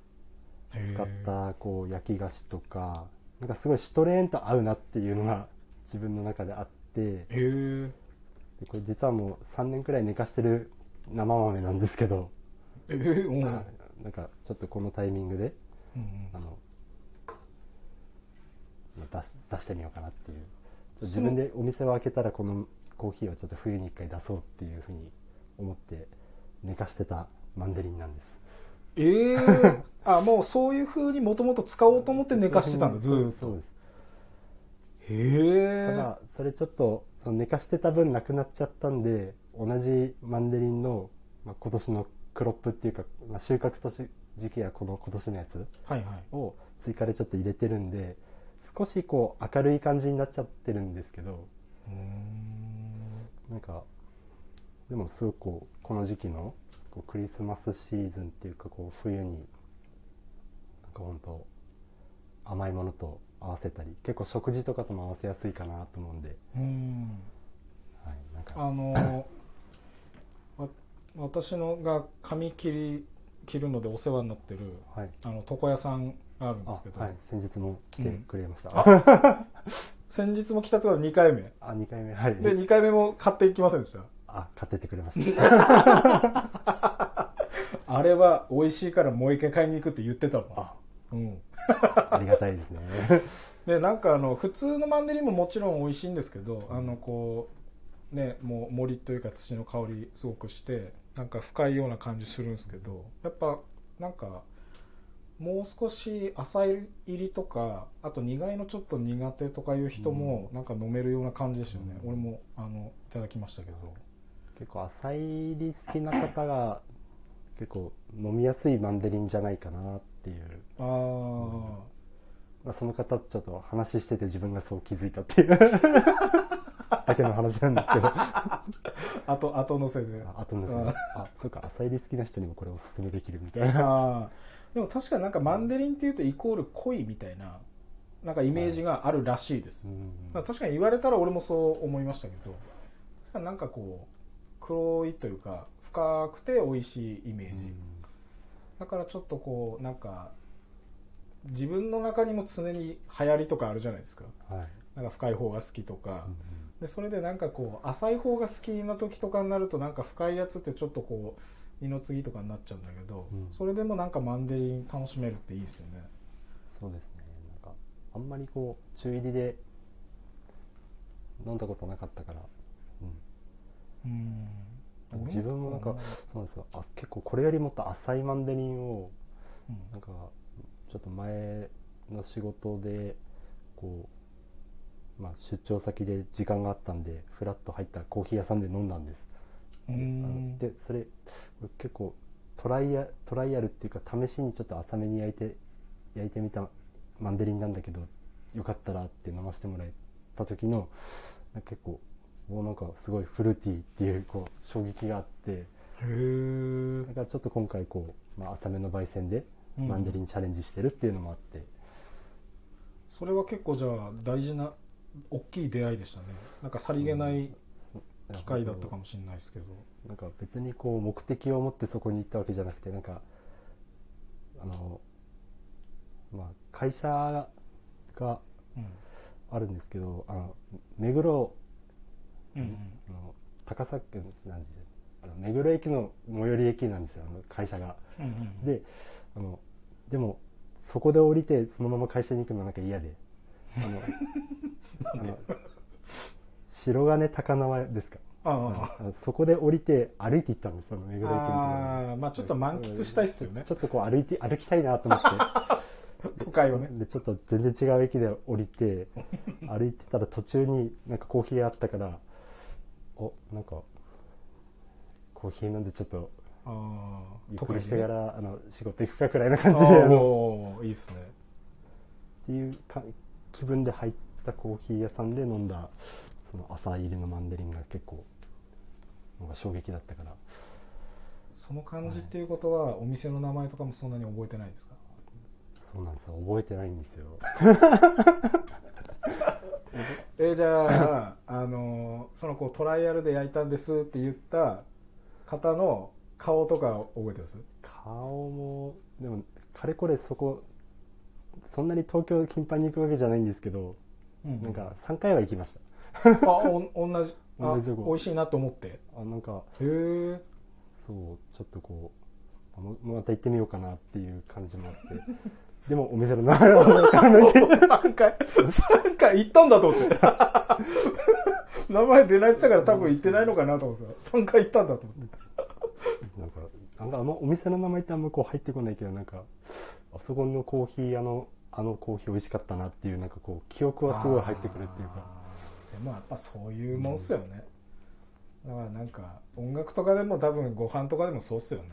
Speaker 3: 使ったこう焼き菓子とかなんかすごいシュトレーンと合うなっていうのが自分の中であって
Speaker 2: へえ
Speaker 3: でこれ実はもう3年くらい寝かしてる生豆なんですけど、
Speaker 2: えー、うん、うん
Speaker 3: はいなんかちょっとこのタイミングであのまあ出し出してみようかなっていうちょっと自分でお店を開けたらこのコーヒーはちょっと冬に一回出そうっていうふうに思って寝かしてたマンデリンなんです
Speaker 2: えー、あもうそういうふうにもともと使おうと思って寝かしてたんだずーっ
Speaker 3: そう
Speaker 2: と
Speaker 3: です
Speaker 2: へ
Speaker 3: た
Speaker 2: え
Speaker 3: だそれちょっとその寝かしてた分なくなっちゃったんで同じマンデリンの、まあ、今年のクロップっていうか、まあ、収穫年時期はこの今年のやつ
Speaker 2: はいはい
Speaker 3: を追加でちょっと入れてるんで少しこう明るい感じになっちゃってるんですけど
Speaker 2: うーん
Speaker 3: なんかでもすごくこうこの時期のこうクリスマスシーズンっていうかこう冬になんか本当甘いものと合わせたり結構食事とかとも合わせやすいかなと思うんで、
Speaker 2: うーん
Speaker 3: はい、なんか
Speaker 2: あ のわ私のが髪切り切るのでお世話になってる
Speaker 3: はい、
Speaker 2: あの床屋さんがあるん
Speaker 3: あ
Speaker 2: ですけど、
Speaker 3: はい、先日も来てくれました、あ
Speaker 2: 先日も来たつが2回目
Speaker 3: 2回目はい
Speaker 2: で2回目も買っていきませんでした
Speaker 3: あ買ってってくれました
Speaker 2: あれは美味しいからもう一回買いに行くって言ってたわ
Speaker 3: あ
Speaker 2: うん
Speaker 3: ありがたいですね
Speaker 2: でなんかあの普通のマンデリンももちろん美味しいんですけどあのこうねもう森というか土の香りすごくしてなんか深いような感じするんですけどやっぱなんかもう少し浅い入りとかあと苦いのちょっと苦手とかいう人もなんか飲めるような感じですよね、
Speaker 3: うん
Speaker 2: 俺もあのいただきましたけど
Speaker 3: 結構浅いり好きな方 が結構飲みやすいマンデリンじゃないかなっていう、
Speaker 2: ああ、
Speaker 3: まあ、その方とちょっと話してて自分がそう気づいたって いうだけの話なんですけど
Speaker 2: あと後乗せで
Speaker 3: あとですねあそうか浅いり好きな人にもこれおすすめできるみたいな
Speaker 2: あーでも確かになんかマンデリンっていうとイコール恋みたいななんかイメージがあるらしいです、
Speaker 3: うん
Speaker 2: まあ確かに言われたら俺もそう思いましたけど確かになんかこう黒いというか深くて美味しいイメージ、だからちょっとこうなんか自分の中にも常に流行りとかあるじゃないですか
Speaker 3: はい
Speaker 2: なんか深い方が好きとか、
Speaker 3: うん
Speaker 2: でそれでなんかこう浅い方が好きな時とかになるとなんか深いやつってちょっとこう二の次とかになっちゃうんだけど、
Speaker 3: うん
Speaker 2: それでもなんかマンデリン楽しめるっていいですよね。
Speaker 3: そうですねなんかあんまりこう中入りで飲んだことなかったから、うん、
Speaker 2: うん
Speaker 3: 自分もなんかそうなんですよあ結構これよりもっと浅いマンデリンを
Speaker 2: うん
Speaker 3: なんかちょっと前の仕事でこう、まあ、出張先で時間があったんでフラッと入ったコーヒー屋さんで飲んだんです
Speaker 2: う
Speaker 3: であ
Speaker 2: ん
Speaker 3: のでそれこれ結構トライアトライアルっていうか試しにちょっと浅めに焼いて焼いてみたマンデリンなんだけどよかったらって飲ませてもらった時のなんか結構もうなんかすごいフルーティーっていうこう衝撃があって
Speaker 2: へー
Speaker 3: だからちょっと今回こう、まあ、浅めの焙煎でマンデリンチャレンジしてるっていうのもあって、
Speaker 2: それは結構じゃあ大事な大きい出会いでしたねなんかさりげない
Speaker 3: そう
Speaker 2: 機会だったかもしれないですけど、
Speaker 3: なんか別にこう目的を持ってそこに行ったわけじゃなくてなんかあの、まあ、会社がが
Speaker 2: うん
Speaker 3: あるんですけどあの目黒
Speaker 2: うん
Speaker 3: あの高崎なんですよあの目黒駅の最寄り駅なんですよあの会社が。
Speaker 2: うんうんうん、
Speaker 3: であのでもそこで降りてそのまま会社に行くのはなんか嫌であ のあの白金高輪ですか
Speaker 2: あああ
Speaker 3: あのそこで降りて歩いて行ったんですその目黒駅のところに
Speaker 2: あーまあちょっと満喫したいっすよね
Speaker 3: ちょっとこう歩いて 歩きたいなと思っ
Speaker 2: 都会をね
Speaker 3: てでちょっと全然違う駅で降り て歩いてたら途中になんかコーヒー屋あったからおなんかコーヒー飲んでちょっと
Speaker 2: ああ
Speaker 3: ゆっ
Speaker 2: 都
Speaker 3: く
Speaker 2: 会
Speaker 3: り
Speaker 2: で
Speaker 3: してか
Speaker 2: ね
Speaker 3: ら、あの仕事行くかくらいな
Speaker 2: あ
Speaker 3: 感じであ
Speaker 2: ー
Speaker 3: の
Speaker 2: おーいいっすね
Speaker 3: っていうか気分で入ったコーヒー屋さんで飲んだその朝入りのマンデリンが結構なんか衝撃だったから
Speaker 2: その感じっていうことはお店の名前とかもそんなに覚えてないですか
Speaker 3: そうなんですよ覚えてないんですよ
Speaker 2: えーじゃ ああのーそのこうトライアルで焼いたんですって言った方の顔とか覚えてます
Speaker 3: 顔もでもかれこれそこそんなに東京頻繁に行くわけじゃないんですけど、なんか3回は行きました
Speaker 2: あお同じあ
Speaker 3: 同じとこ
Speaker 2: 美味しいなと思ってへ
Speaker 3: あなんか
Speaker 2: え
Speaker 3: そうちょっとこうあもうまた行ってみようかなっていう感じもあって でもお店の名前は分からない
Speaker 2: 3回3回行ったんだと思って 名前出ないって言ったから多分行ってないのかなと思ってた3回行ったんだと思って
Speaker 3: なんかなんかあのお店の名前ってあんまこう入ってこないけどなんかあそこのコーヒー屋のあのコーヒー美味しかったなっていうなんかこう記憶はすごい入ってくるっていうか
Speaker 2: あーでもやっぱそういうもんっすよね、だからなんか音楽とかでも多分ご飯とかでもそうっすよね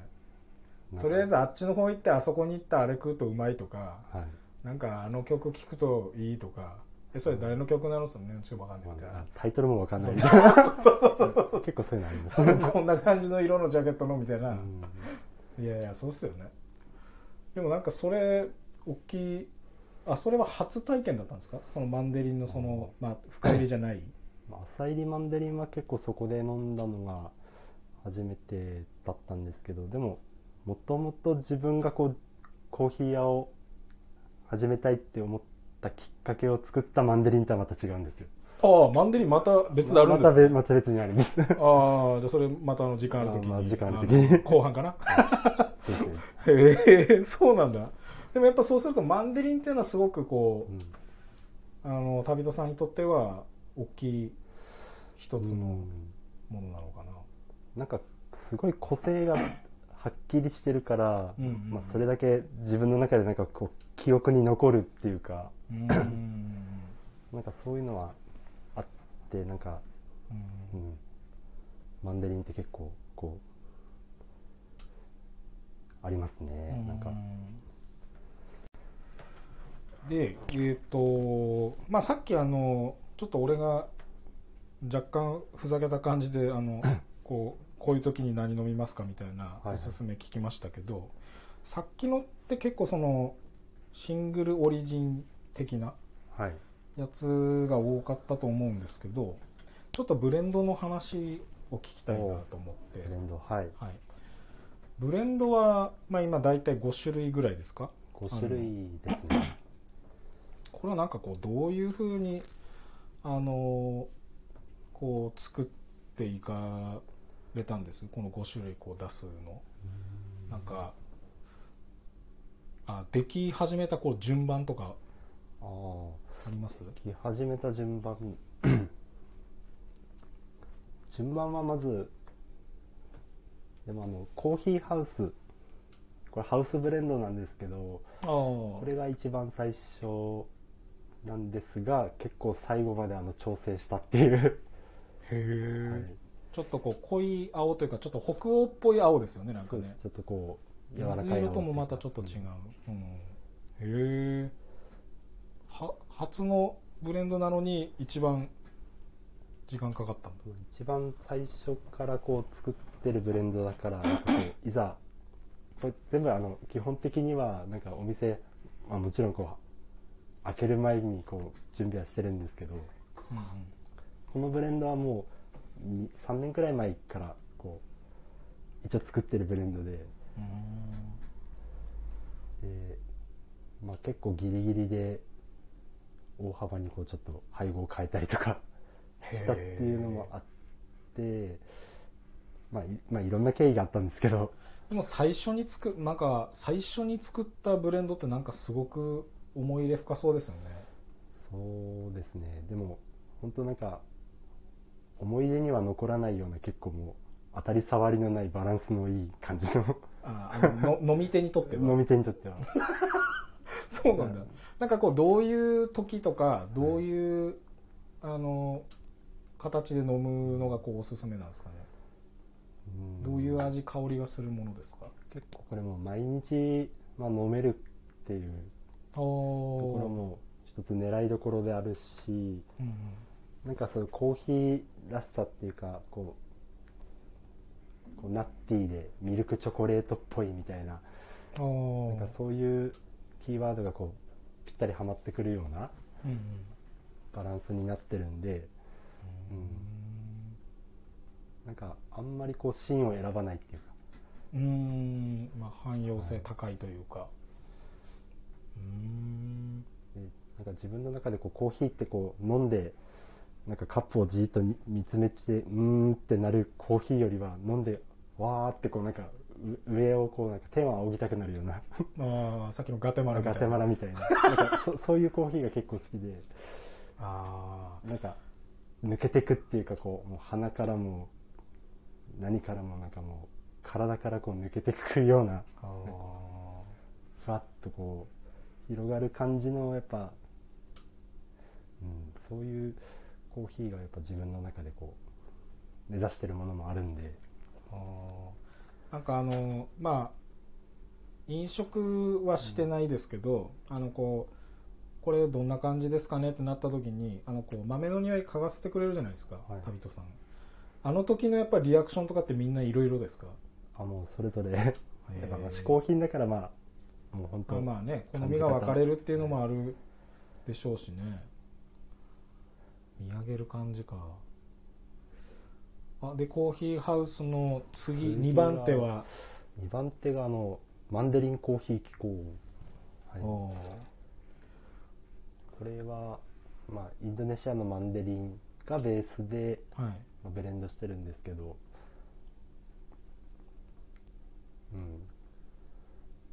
Speaker 3: なんか
Speaker 2: とりあえずあっちの方行ってあそこに行ってあれ食うとうまいとか
Speaker 3: はい
Speaker 2: なんかあの曲聴くといいとかえそれ誰の曲なのそのねちょっとわかんない
Speaker 3: まあ
Speaker 2: みたいな
Speaker 3: タイトルもわかんない
Speaker 2: そうそうそうそうそう
Speaker 3: 結構そういうのあります
Speaker 2: そう こんな感じの色のジャケットのみたいな、
Speaker 3: うん
Speaker 2: いやいやそうっすよねでもなんかそれ大きいあそれは初体験だったんですかそのマンデリンのその、まあ、深入りじゃない
Speaker 3: まあ朝入りマンデリンは結構そこで飲んだのが初めてだったんですけどでももともと自分がこうコーヒー屋を始めたいって思ったきっかけを作ったマンデリンとはまた違うんですよ
Speaker 2: ああマンデリンまた別であるんです
Speaker 3: また
Speaker 2: か、
Speaker 3: べまた別にあるんですそう
Speaker 2: ああじゃあそれまたあの時間ある時に
Speaker 3: あまあ時間ある時に
Speaker 2: あの後 半かな
Speaker 3: ですね
Speaker 2: へえそうなんだでもやっぱそうするとマンデリンっていうのはすごくこ
Speaker 3: うん
Speaker 2: うあの旅人さんにとっては大きい一つのものなのかな、
Speaker 3: なんかすごい個性がはっきりしてるから、
Speaker 2: うんうん
Speaker 3: まあ、それだけ自分の中でなんかこう記憶に残るっていうか
Speaker 2: うん
Speaker 3: なんかそういうのはあってなんか、
Speaker 2: うん
Speaker 3: うん、マンデリンって結構こうありますね、なんか
Speaker 2: でえっ、とまあさっきあのちょっと俺が若干ふざけた感じで あのこうこういう時に何飲みますかみたいない
Speaker 3: はい
Speaker 2: おすすめ聞きましたけど、さっきのって結構そのシングルオリジン的な
Speaker 3: はい
Speaker 2: やつが多かったと思うんですけどちょっとブレンドの話を聞きたいなと思って
Speaker 3: ブレンドはい
Speaker 2: はい、ブレンドは、まあ、今大体5種類ぐらいですか
Speaker 3: 5種類ですね
Speaker 2: これはなんかこうどういうふうにあのこう作っていかれたんですこの5種類こう出すのなんかあでき始めたこう順番とか
Speaker 3: ああ
Speaker 2: あります
Speaker 3: き始めた順番順番はまずでもあのコーヒーハウスこれハウスブレンドなんですけど
Speaker 2: ああ
Speaker 3: これが一番最初なんですが結構最後まであの調整したっていう、
Speaker 2: へ
Speaker 3: は
Speaker 2: え、
Speaker 3: い
Speaker 2: ちょっとこう濃い青というかちょっと北欧っぽい青ですよねなんか
Speaker 3: そうです
Speaker 2: ね
Speaker 3: ちょっとこう柔らかい
Speaker 2: 水
Speaker 3: 青
Speaker 2: 色ともまたちょっと違う、うんへえは初のブレンドなのに一番時間かかったんだ
Speaker 3: 一番最初からこう作ってるブレンドだからなんかこう いざこれ全部あの基本的にはなんかお店、まあ、もちろんこう開ける前にこう準備はしてるんですけど
Speaker 2: うんうん
Speaker 3: このブレンドはもう3年くらい前からこう一応作ってるブレンドで、
Speaker 2: うーん
Speaker 3: でまあ、結構ギリギリで大幅にこうちょっと配合を変えたりとか したっていうのもあって、まあ、いまあいろんな経緯があったんですけど
Speaker 2: でも最初に作なんか最初に作ったブレンドってなんかすごく思い入れ深そうですよね
Speaker 3: そうですねでも本当なんか思い出には残らないような結構もう当たり障りのないバランスのいい感じの
Speaker 2: ああのの飲み手にとっては
Speaker 3: 飲み手にとっては
Speaker 2: そうなんだなんかこうどういう時とかどういう、あの形で飲むのがこうおすすめなんですかね
Speaker 3: ん
Speaker 2: どういう味香りがするものですか
Speaker 3: 結構これもう毎日、まあ、飲めるっていう
Speaker 2: と
Speaker 3: ところ
Speaker 2: こ
Speaker 3: も一つ狙いどころであるし
Speaker 2: ろも、うんうん
Speaker 3: なんかそういうコーヒーらしさっていうかこうこうナッティーでミルクチョコレートっぽいみたいな
Speaker 2: あー
Speaker 3: なんかそういうキーワードがこうぴったりはまってくるような
Speaker 2: うんうん
Speaker 3: バランスになってるんで、う
Speaker 2: うん
Speaker 3: ん、なんかあんまりこう芯を選ばないっていうか
Speaker 2: うーんまあ汎用性高いというか、うーん
Speaker 3: でなんか自分の中でこうコーヒーってこう飲んでなんかカップをじーっとに見つめてうーんってなるコーヒーよりは飲んでわーってこうなんかう上をこうなんか天を仰ぎたくなるような
Speaker 2: まあさっきのガテマラみたい
Speaker 3: ガ
Speaker 2: な
Speaker 3: テマラみた いななんかそそういうコーヒーが結構好きで
Speaker 2: あ
Speaker 3: なんか抜けてくっていうかこうもう鼻からも何からもなんかもう体からこう抜けてくような
Speaker 2: ーあー
Speaker 3: ふわっとこう広がる感じのやっぱ、うん、そういうコーヒーがやっぱ自分の中でこう目指してるものもあるんで
Speaker 2: あーなんかあのまあ飲食はしてないですけど、あのこうこれどんな感じですかねってなった時にあのこう豆の匂い嗅がせてくれるじゃないですか、
Speaker 3: はい
Speaker 2: 旅人さんあの時のやっぱリアクションとかってみんないろいろですか
Speaker 3: あもうそれぞ れやっぱまあ嗜好品だからまあもう本当
Speaker 2: まあまあね好みが分かれるっていうのもあるでしょうしね見上げる感じかあでコーヒーハウスの次
Speaker 3: 次は
Speaker 2: 2番手は
Speaker 3: 2番手があのマンデリンコーヒー機構、はい、こ
Speaker 2: おー
Speaker 3: れは、まあ、インドネシアのマンデリンがベースで、
Speaker 2: はい
Speaker 3: まあブレンドしてるんですけどうん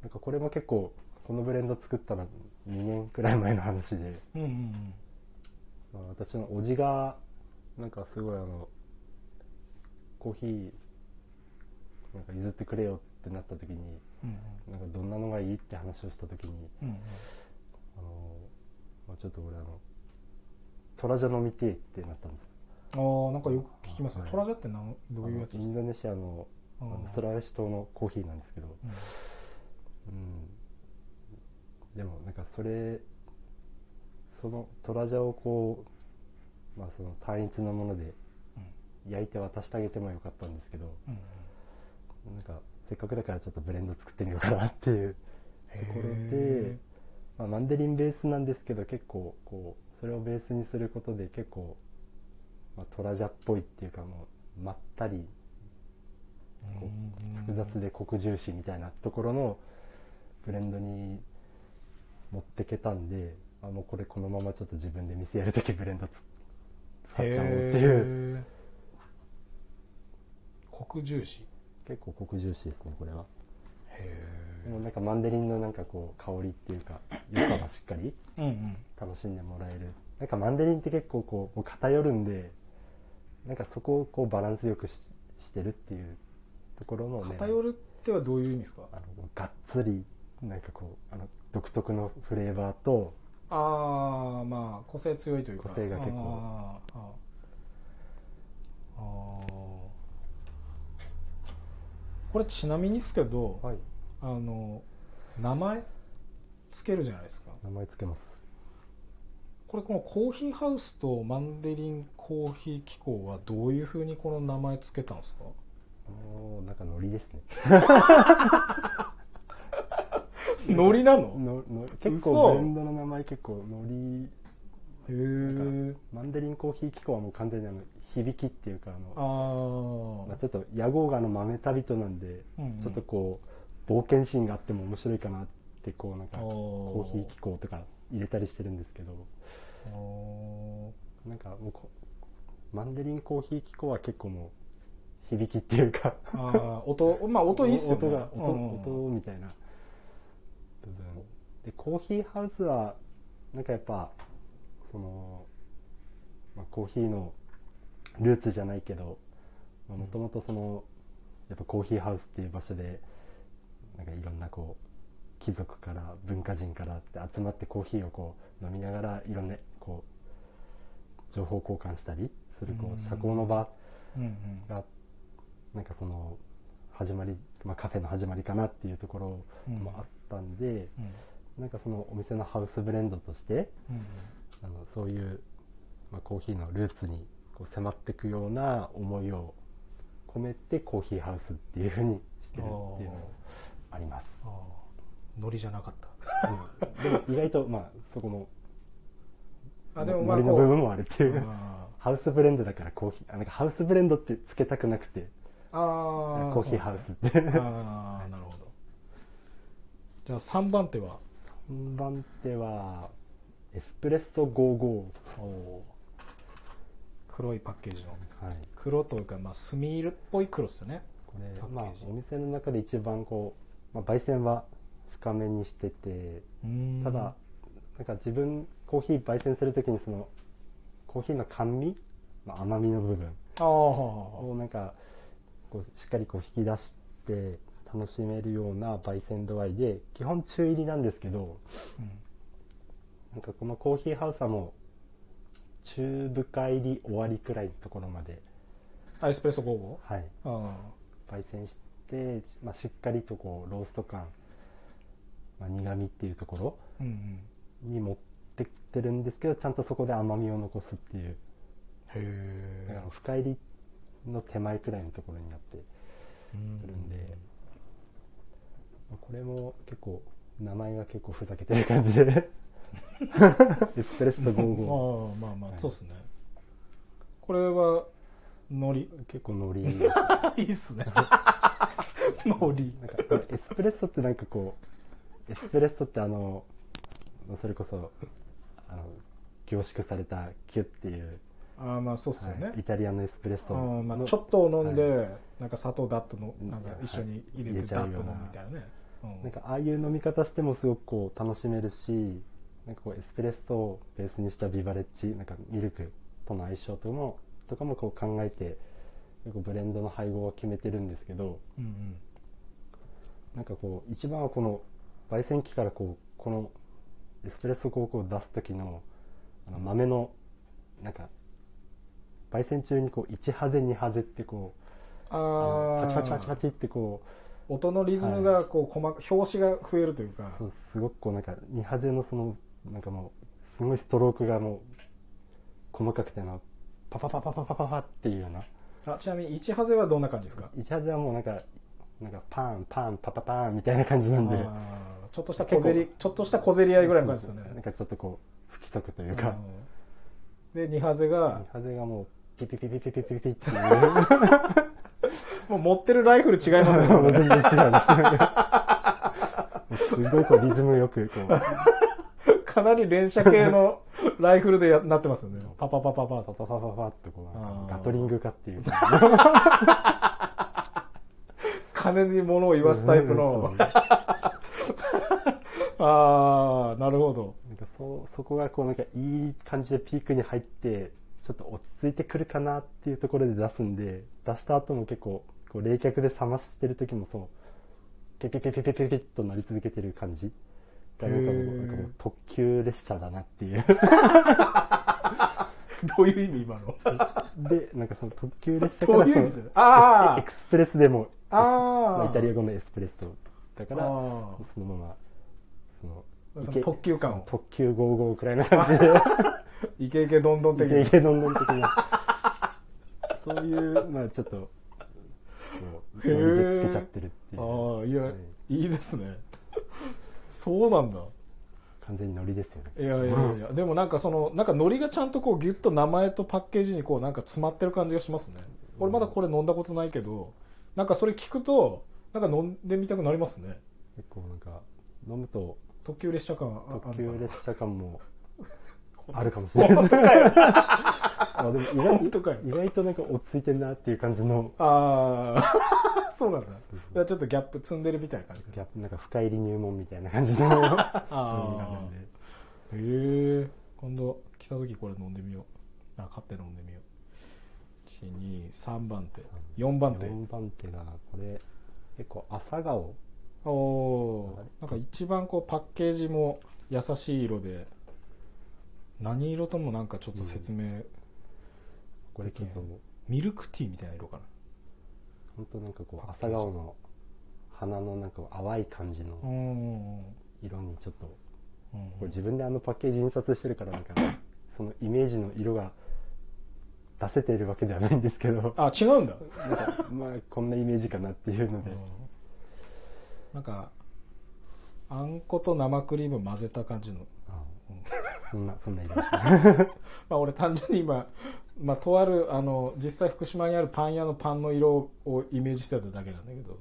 Speaker 3: なんかこれも結構このブレンド作ったの2年くらい前の話で、
Speaker 2: うんうんうん
Speaker 3: まあ、私のおじがなんかすごいあのコーヒーなんか譲ってくれよってなった時に
Speaker 2: うん
Speaker 3: なんかどんなのがいいって話をした時に
Speaker 2: うんうん
Speaker 3: あの、まあ、ちょっと俺あのトラジャ飲みてえってなったんです
Speaker 2: うんああなんかよく聞きますね
Speaker 3: はい
Speaker 2: トラジャってなんどういうやつ
Speaker 3: あ
Speaker 2: で
Speaker 3: のイ
Speaker 2: す
Speaker 3: ン
Speaker 2: か
Speaker 3: ドネシアのあのスラウェシ島のコーヒーなんですけど、
Speaker 2: うん
Speaker 3: うん、でもなんかそれそのトラジャをこう、まあ、その単一のもので焼いて渡してあげてもよかったんですけど
Speaker 2: うん
Speaker 3: なんかせっかくだからちょっとブレンド作ってみようかなっていうところ
Speaker 2: へ
Speaker 3: で、まあ、マンデリンベースなんですけど結構こうそれをベースにすることで結構、まあ、トラジャっぽいっていうかもうまったり
Speaker 2: ー
Speaker 3: こ
Speaker 2: うん
Speaker 3: 複雑でコク重視みたいなところのブレンドに持ってけたんであもうこれこのままちょっと自分で店やる時ブレンドつ使っちゃおうっていう
Speaker 2: う黒重視
Speaker 3: 結構黒重視ですねこれは
Speaker 2: へ
Speaker 3: でもなんかマンデリンのなんかこう香りっていうか良さがしっかり
Speaker 2: えうんうん
Speaker 3: 楽しんでもらえるなんかマンデリンって結構こうもう偏るんでなんかそこをこうバランスよくししてるっていうところのね
Speaker 2: 偏るってはどういう意味ですか
Speaker 3: あのがっつりなんかこうあの独特のフレーバーと
Speaker 2: ああまあ個性強いというか
Speaker 3: 個性が結構
Speaker 2: あーあーあーこれちなみにですけど、
Speaker 3: はい
Speaker 2: あの名前つけるじゃないですか
Speaker 3: 名前つけます
Speaker 2: これこのコーヒーハウスとマンデリンコーヒー機構はどういうふうにこの名前つけたんですか
Speaker 3: おーなんかノリですね
Speaker 2: ノリなの
Speaker 3: のの結
Speaker 2: 嘘
Speaker 3: 構ブレンドの名前結構ノリ
Speaker 2: へえ
Speaker 3: マンデリンコーヒー機構はもう完全にあの響きっていうかあの
Speaker 2: ああ、
Speaker 3: まあ、ちょっと野号があの豆旅人なんで、
Speaker 2: うんうん
Speaker 3: ちょっとこう冒険心があっても面白いかなってこうなんか
Speaker 2: あー
Speaker 3: コーヒー機構とか入れたりしてるんですけど
Speaker 2: あー
Speaker 3: なんかもうこマンデリンコーヒー機構は結構もう響きっていうか
Speaker 2: あー音 まあ音いいっすよね
Speaker 3: 音が音,、
Speaker 2: うん
Speaker 3: 音みたいな部分でコーヒーハウスはなんかやっぱその、まあ、コーヒーのルーツじゃないけどもともとそのやっぱコーヒーハウスっていう場所でなんかいろんなこう貴族から文化人からって集まってコーヒーをこう飲みながらいろんなこう情報交換したりするこ
Speaker 2: うん
Speaker 3: う社交の場、
Speaker 2: うんうん
Speaker 3: がなんかその始まり、まあ、カフェの始まりかなっていうところ
Speaker 2: うん
Speaker 3: もあったんで、
Speaker 2: うん
Speaker 3: なんかそのお店のハウスブレンドとして
Speaker 2: うん
Speaker 3: あのそういう、まあ、コーヒーのルーツにこう迫っていくような思いを込めてコーヒーハウスっていうふうにしてるっていうのもあります
Speaker 2: あ、ーノリじゃなかっ
Speaker 3: うんでも意外とまあそこも
Speaker 2: たあでもまあ
Speaker 3: 森の部分もあるっていう
Speaker 2: あ
Speaker 3: ハウスブレンドだからコーヒーあなんかハウスブレンドってつけたくなくて
Speaker 2: ーあ
Speaker 3: コーヒーハウ
Speaker 2: ス
Speaker 3: スって
Speaker 2: ああなるほどじゃあ3番手は
Speaker 3: 3番手はエスプレッソ55、
Speaker 2: 黒いパッケージの
Speaker 3: はい、
Speaker 2: 黒というかまあ墨色っぽい黒っすよね
Speaker 3: これ
Speaker 2: パッケージ
Speaker 3: まあお店の中で一番こう、まあ、焙煎は深めにしてて
Speaker 2: うーん
Speaker 3: ただなんか自分コーヒー焙煎する時にそのコーヒーの甘味、まあ、甘みの部分
Speaker 2: ああ
Speaker 3: をなんかこうしっかりこう引き出して楽しめるような焙煎度合いで基本中入りなんですけどなんかこのコーヒーハウスはもう中深入り終わりくらいのところまで、
Speaker 2: アイスプレッソ5号
Speaker 3: はい、
Speaker 2: あー
Speaker 3: 焙煎して、まあ、しっかりとこうロースト感、まあ、苦味っていうところ
Speaker 2: うんうん
Speaker 3: に持ってってるんですけどちゃんとそこで甘みを残すっていう
Speaker 2: へえ
Speaker 3: だから深入りの手前くらいのところになってくるんで、まあこれも結構名前が結構ふざけてる感じ でエスプレッソ55
Speaker 2: ああまあまあ、
Speaker 3: はい
Speaker 2: そうですねこれはノリ
Speaker 3: 結構ノリです
Speaker 2: いい っすねノリ
Speaker 3: なんかエスプレッソってなんかこうエスプレッソってあのそれこそあの凝縮されたキュっていう、
Speaker 2: ああまあそうっすよね、
Speaker 3: はいイタリアのエスプレッソ
Speaker 2: うんまあ、
Speaker 3: の
Speaker 2: ちょっとを飲んで、
Speaker 3: は
Speaker 2: なんか砂糖ダッとの
Speaker 3: うん
Speaker 2: なんか一緒に入れ
Speaker 3: 入
Speaker 2: て
Speaker 3: れち
Speaker 2: ダ
Speaker 3: ゃう
Speaker 2: ッと
Speaker 3: よ
Speaker 2: 飲
Speaker 3: うな
Speaker 2: むみたいなね、うん
Speaker 3: なんかああいう飲み方してもすごくこう楽しめるしなんかこうエスプレッソをベースにしたビバレッジなんかミルクとの相性ともとかもこう考えて結構ブレンドの配合は決めてるんですけど
Speaker 2: うんうん
Speaker 3: なんかこう一番はこの焙煎機からこうこのエスプレッソをこう出す時のあの豆のなんか焙煎中にこう1ハゼ2ハゼってこうあの
Speaker 2: ああ
Speaker 3: パチパチパチパチってこ
Speaker 2: 音のリズムがこう細か拍子が増えるというか
Speaker 3: うそうすごくこうなんか2ハゼのそのなんかもうすごいストロークがもう細かくてあのパパパパパパパパっていうような
Speaker 2: あちなみに一ハゼはどんな感じですか
Speaker 3: 1ハゼはもうなんかなんかパンパンパパパンみたいな感じなんで
Speaker 2: あーちょっとした小競りちょっとした小競り合いぐらいの感じですよね
Speaker 3: なんかちょっとこう不規則というか、
Speaker 2: うんで二ハゼが
Speaker 3: 風がもうピピピピピピピピっていう
Speaker 2: もう持ってるライフル違いま すねこ
Speaker 3: もう
Speaker 2: れ
Speaker 3: 全然違うんですすごいこうリズムよくこう
Speaker 2: かなり連射系のライフルでやなってますよね。パパパパパ
Speaker 3: パパパパパッとこうなんか
Speaker 2: あー
Speaker 3: ガトリングかっていう
Speaker 2: 金に物を言わすタイプ
Speaker 3: そ
Speaker 2: の。
Speaker 3: うね
Speaker 2: ああ、なるほど。
Speaker 3: なんかそそこがこうなんかいい感じでピークに入ってちょっと落ち着いてくるかなっていうところで出すんで出した後も結構こう冷却で冷ましてる時もそうピピピピピピピッとなり続けてる感じがなんかもう
Speaker 2: へー
Speaker 3: なんかもう特急列車だなっていう
Speaker 2: どういう意味今の
Speaker 3: でなんかその特急列車か
Speaker 2: ど
Speaker 3: ら
Speaker 2: ういう
Speaker 3: そ
Speaker 2: 意味
Speaker 3: の
Speaker 2: ですあ
Speaker 3: エクスプレスでも
Speaker 2: ああ
Speaker 3: まあイタリア
Speaker 2: 語
Speaker 3: 語のエスプレッソだから
Speaker 2: あ
Speaker 3: そのままその
Speaker 2: ーその特急感を。
Speaker 3: 特急55くらいの感じで。
Speaker 2: イケイケどんどん的
Speaker 3: イケイ
Speaker 2: に。
Speaker 3: ケどんどん的な そういうまあちょっともう
Speaker 2: へー
Speaker 3: ノリでつけちゃってるっていう
Speaker 2: ああ、いや、
Speaker 3: はい
Speaker 2: いいですね。そうなんだ。
Speaker 3: 完全にノリですよね
Speaker 2: いやいやいや、でもなんかそのなんかノリがちゃんとこうギュッと名前とパッケージにこうなんか詰まってる感じがしますね俺まだこれ飲んだことないけどなんかそれ聞くとなんか飲んでみたくなりますね
Speaker 3: 結構なんか飲むと
Speaker 2: 特急列車感あ
Speaker 3: 特急列車感も
Speaker 2: あ
Speaker 3: ある
Speaker 2: るか
Speaker 3: かもしれないです あでも意
Speaker 2: 本
Speaker 3: 外
Speaker 2: 当かよ
Speaker 3: 意外となんか落ち着いてんなっていう感じの
Speaker 2: ああ そうなんだだか
Speaker 3: そうそう
Speaker 2: らちょっとギャップ積んでるみたいな感じ
Speaker 3: ギャップなんか深入り入門みたいな感じの飲み方な
Speaker 2: あ
Speaker 3: んで
Speaker 2: あへえ今度来た時これ飲んでみようあ買って飲んでみよう123番手4番手
Speaker 3: 4番手がこれ結構朝顔
Speaker 2: おおーなんか一番こうパッケージも優しい色で何色ともなんかちょっと説明、
Speaker 3: これちょっともう
Speaker 2: ミルクティーみたいな色かな
Speaker 3: 本当なんかこう朝顔の花のなんか淡い感じ
Speaker 2: う
Speaker 3: の
Speaker 2: んうん
Speaker 3: 色にちょっとこ
Speaker 2: うん
Speaker 3: れ自分であのパッケージ印刷してるからなんかねそのイメージの色が出せているわけではないんですけど
Speaker 2: あ違うんだ
Speaker 3: なんかまあこんなイメージかなっていうので
Speaker 2: なんかあんこと生クリーム混ぜた感じの
Speaker 3: あ
Speaker 2: うん
Speaker 3: そんなそんな色 ですね
Speaker 2: まあ俺単純に今、 まあ、とあるあの実際福島にあるパン屋のパンの色をイメージしてただけなんだけど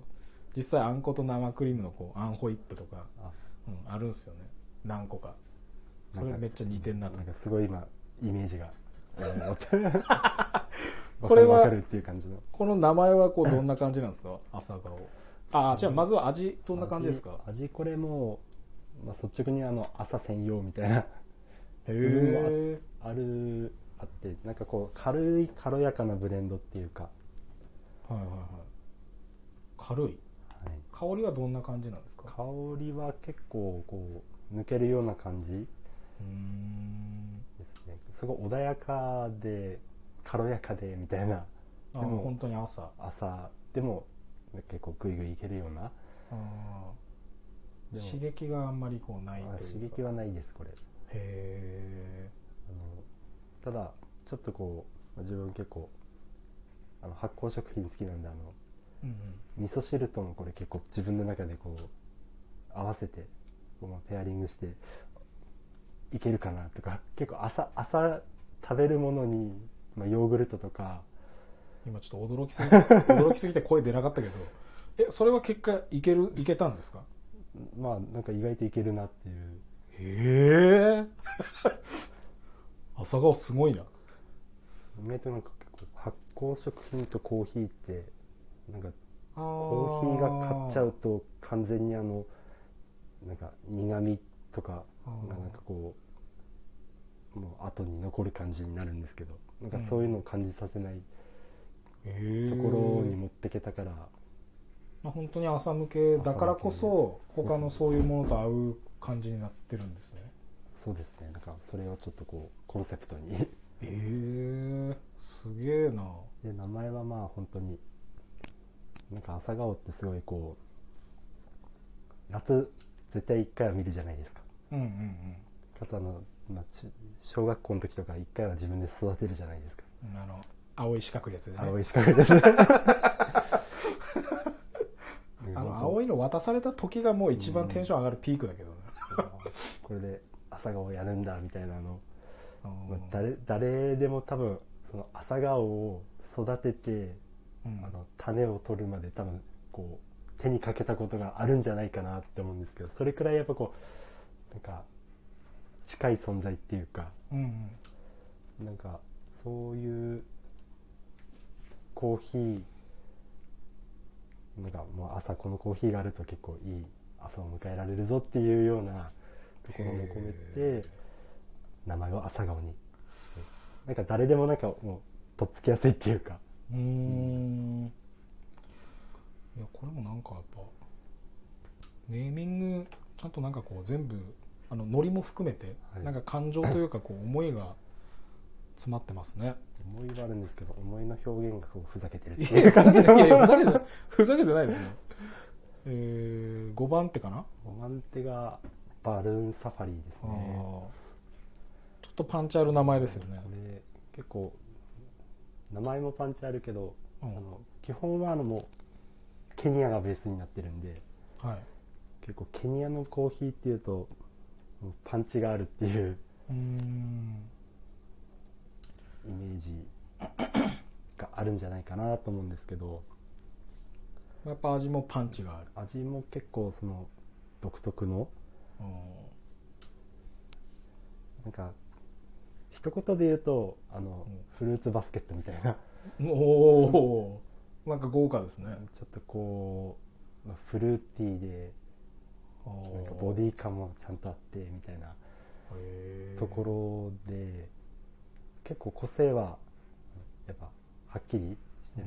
Speaker 2: 実際あんこと生クリームのこうあんホイップとか
Speaker 3: あ
Speaker 2: うん、あるんすよね何個かそ
Speaker 3: なん
Speaker 2: れ
Speaker 3: か
Speaker 2: めっちゃ似てんなと
Speaker 3: なんかすごい今イメージが おーって
Speaker 2: これは
Speaker 3: わかるわかるっていう感じの
Speaker 2: この名前はこうどんな感じなんですか朝顔ああじゃあまずは味どんな感じですか
Speaker 3: 味味これもう、まあ、率直にあの朝専用みたいな
Speaker 2: へえ
Speaker 3: あるあってなんかこう軽い軽やかなブレンドっていうか、
Speaker 2: はいはいはい軽い
Speaker 3: はい
Speaker 2: 香りはどんな感じなんですか
Speaker 3: 香りは結構こう抜けるような感じ
Speaker 2: うーん
Speaker 3: ですねすごい穏やかで軽やかでみたいな
Speaker 2: あ
Speaker 3: でも
Speaker 2: 本当に朝
Speaker 3: 朝でも結構グイグイいけるような
Speaker 2: あー
Speaker 3: でも
Speaker 2: 刺激があんまりこうない
Speaker 3: あ
Speaker 2: と
Speaker 3: 刺
Speaker 2: いうか
Speaker 3: 激はないですこれ
Speaker 2: へ
Speaker 3: あのただちょっとこうまあ自分結構あの発酵食品好きなんであの
Speaker 2: え、うん
Speaker 3: 味噌汁ともこれ結構自分の中でこう合わせてこうまあペアリングしていけるかなとか結構朝朝食べるものに、まあ、ヨーグルトとか
Speaker 2: うん、今ちょっと驚きす ぎて驚きすぎて声出なかったけどえそれは結果いけるいけたんですか
Speaker 3: まあなんか意外といけるなっていう
Speaker 2: へえ 朝顔すごいな
Speaker 3: 意外となんか結構発酵食品とコーヒーってなんかコ
Speaker 2: コ
Speaker 3: ーヒーが勝っちゃうと完全にあのなんか苦味とか
Speaker 2: あ
Speaker 3: が
Speaker 2: ー
Speaker 3: なんかこうもう後に残る感じになるんですけどなんか
Speaker 2: うん
Speaker 3: そういうのを感じさせない
Speaker 2: と
Speaker 3: ところに持ってけたから、
Speaker 2: まあ、本当に朝向けだからこそ他のそういうものと合う感じになってるんですね
Speaker 3: そうですねなんかそれをちょっとこうコンセプトに
Speaker 2: へえすげえな
Speaker 3: で名前はまあ本当になんか朝顔ってすごいこう夏絶対一回は見るじゃないですか
Speaker 2: うんうんうん
Speaker 3: かつあの、まあ、中小学校の時とか一回は自分で育てるじゃないですか
Speaker 2: あの青い四角いやつでね
Speaker 3: 青い四角 です。
Speaker 2: あの青
Speaker 3: い。
Speaker 2: いの渡された時がもう一番テンション上がるピークだけどね、
Speaker 3: これで朝顔やるんだみたいなの。
Speaker 2: うん
Speaker 3: まあ誰誰でも多分その朝顔を育てて
Speaker 2: うん
Speaker 3: あの種を取るまで多分こう手にかけたことがあるんじゃないかなって思うんですけど、それくらいやっぱこうなんか近い存在っていうか
Speaker 2: うんうん
Speaker 3: なんかそういうコーヒーなんかもう朝このコーヒーがあると結構いい朝を迎えられるぞっていうようなところも込め
Speaker 2: へ
Speaker 3: て名前を朝顔にしてなんか誰でもなんかもうとっつきやすいっていうか
Speaker 2: うーんいやこれもなんかやっぱネーミングちゃんとなんかこう全部あのノリも含めて、
Speaker 3: はい
Speaker 2: なんか感情というかこう思いが詰まってますね。
Speaker 3: 思いはあるんですけど思いの表現がこうふざけてるって
Speaker 2: い
Speaker 3: いう
Speaker 2: やふ
Speaker 3: 感
Speaker 2: ざ
Speaker 3: じ
Speaker 2: け
Speaker 3: の
Speaker 2: ていやいやふざけてないふざけてないですよ。えー、5番手かな、
Speaker 3: お番手がバルーンサファリーです
Speaker 2: あー
Speaker 3: ね
Speaker 2: ちょっとパンチある名前ですよね
Speaker 3: こ。れ結構名前もパンチあるけど、
Speaker 2: うん
Speaker 3: あの基本はあのもうケニアがベースになってるんで
Speaker 2: はい、
Speaker 3: 結構ケニアのコーヒーっていうともうパンチがあるっていう
Speaker 2: うーん
Speaker 3: イメージがあるんじゃないかなと思うんですけど
Speaker 2: やっぱ味もパンチがある。
Speaker 3: 味も結構その独特の
Speaker 2: うん
Speaker 3: なんか一言で言うとあの、
Speaker 2: うん
Speaker 3: フルーツバスケットみたいな
Speaker 2: おお、なんか豪華ですね。
Speaker 3: ちょっとこうまあフルーティーでなんかボディ感もちゃんとあってみたいな
Speaker 2: ィ
Speaker 3: ところで結構個性はやっぱはっきりしてる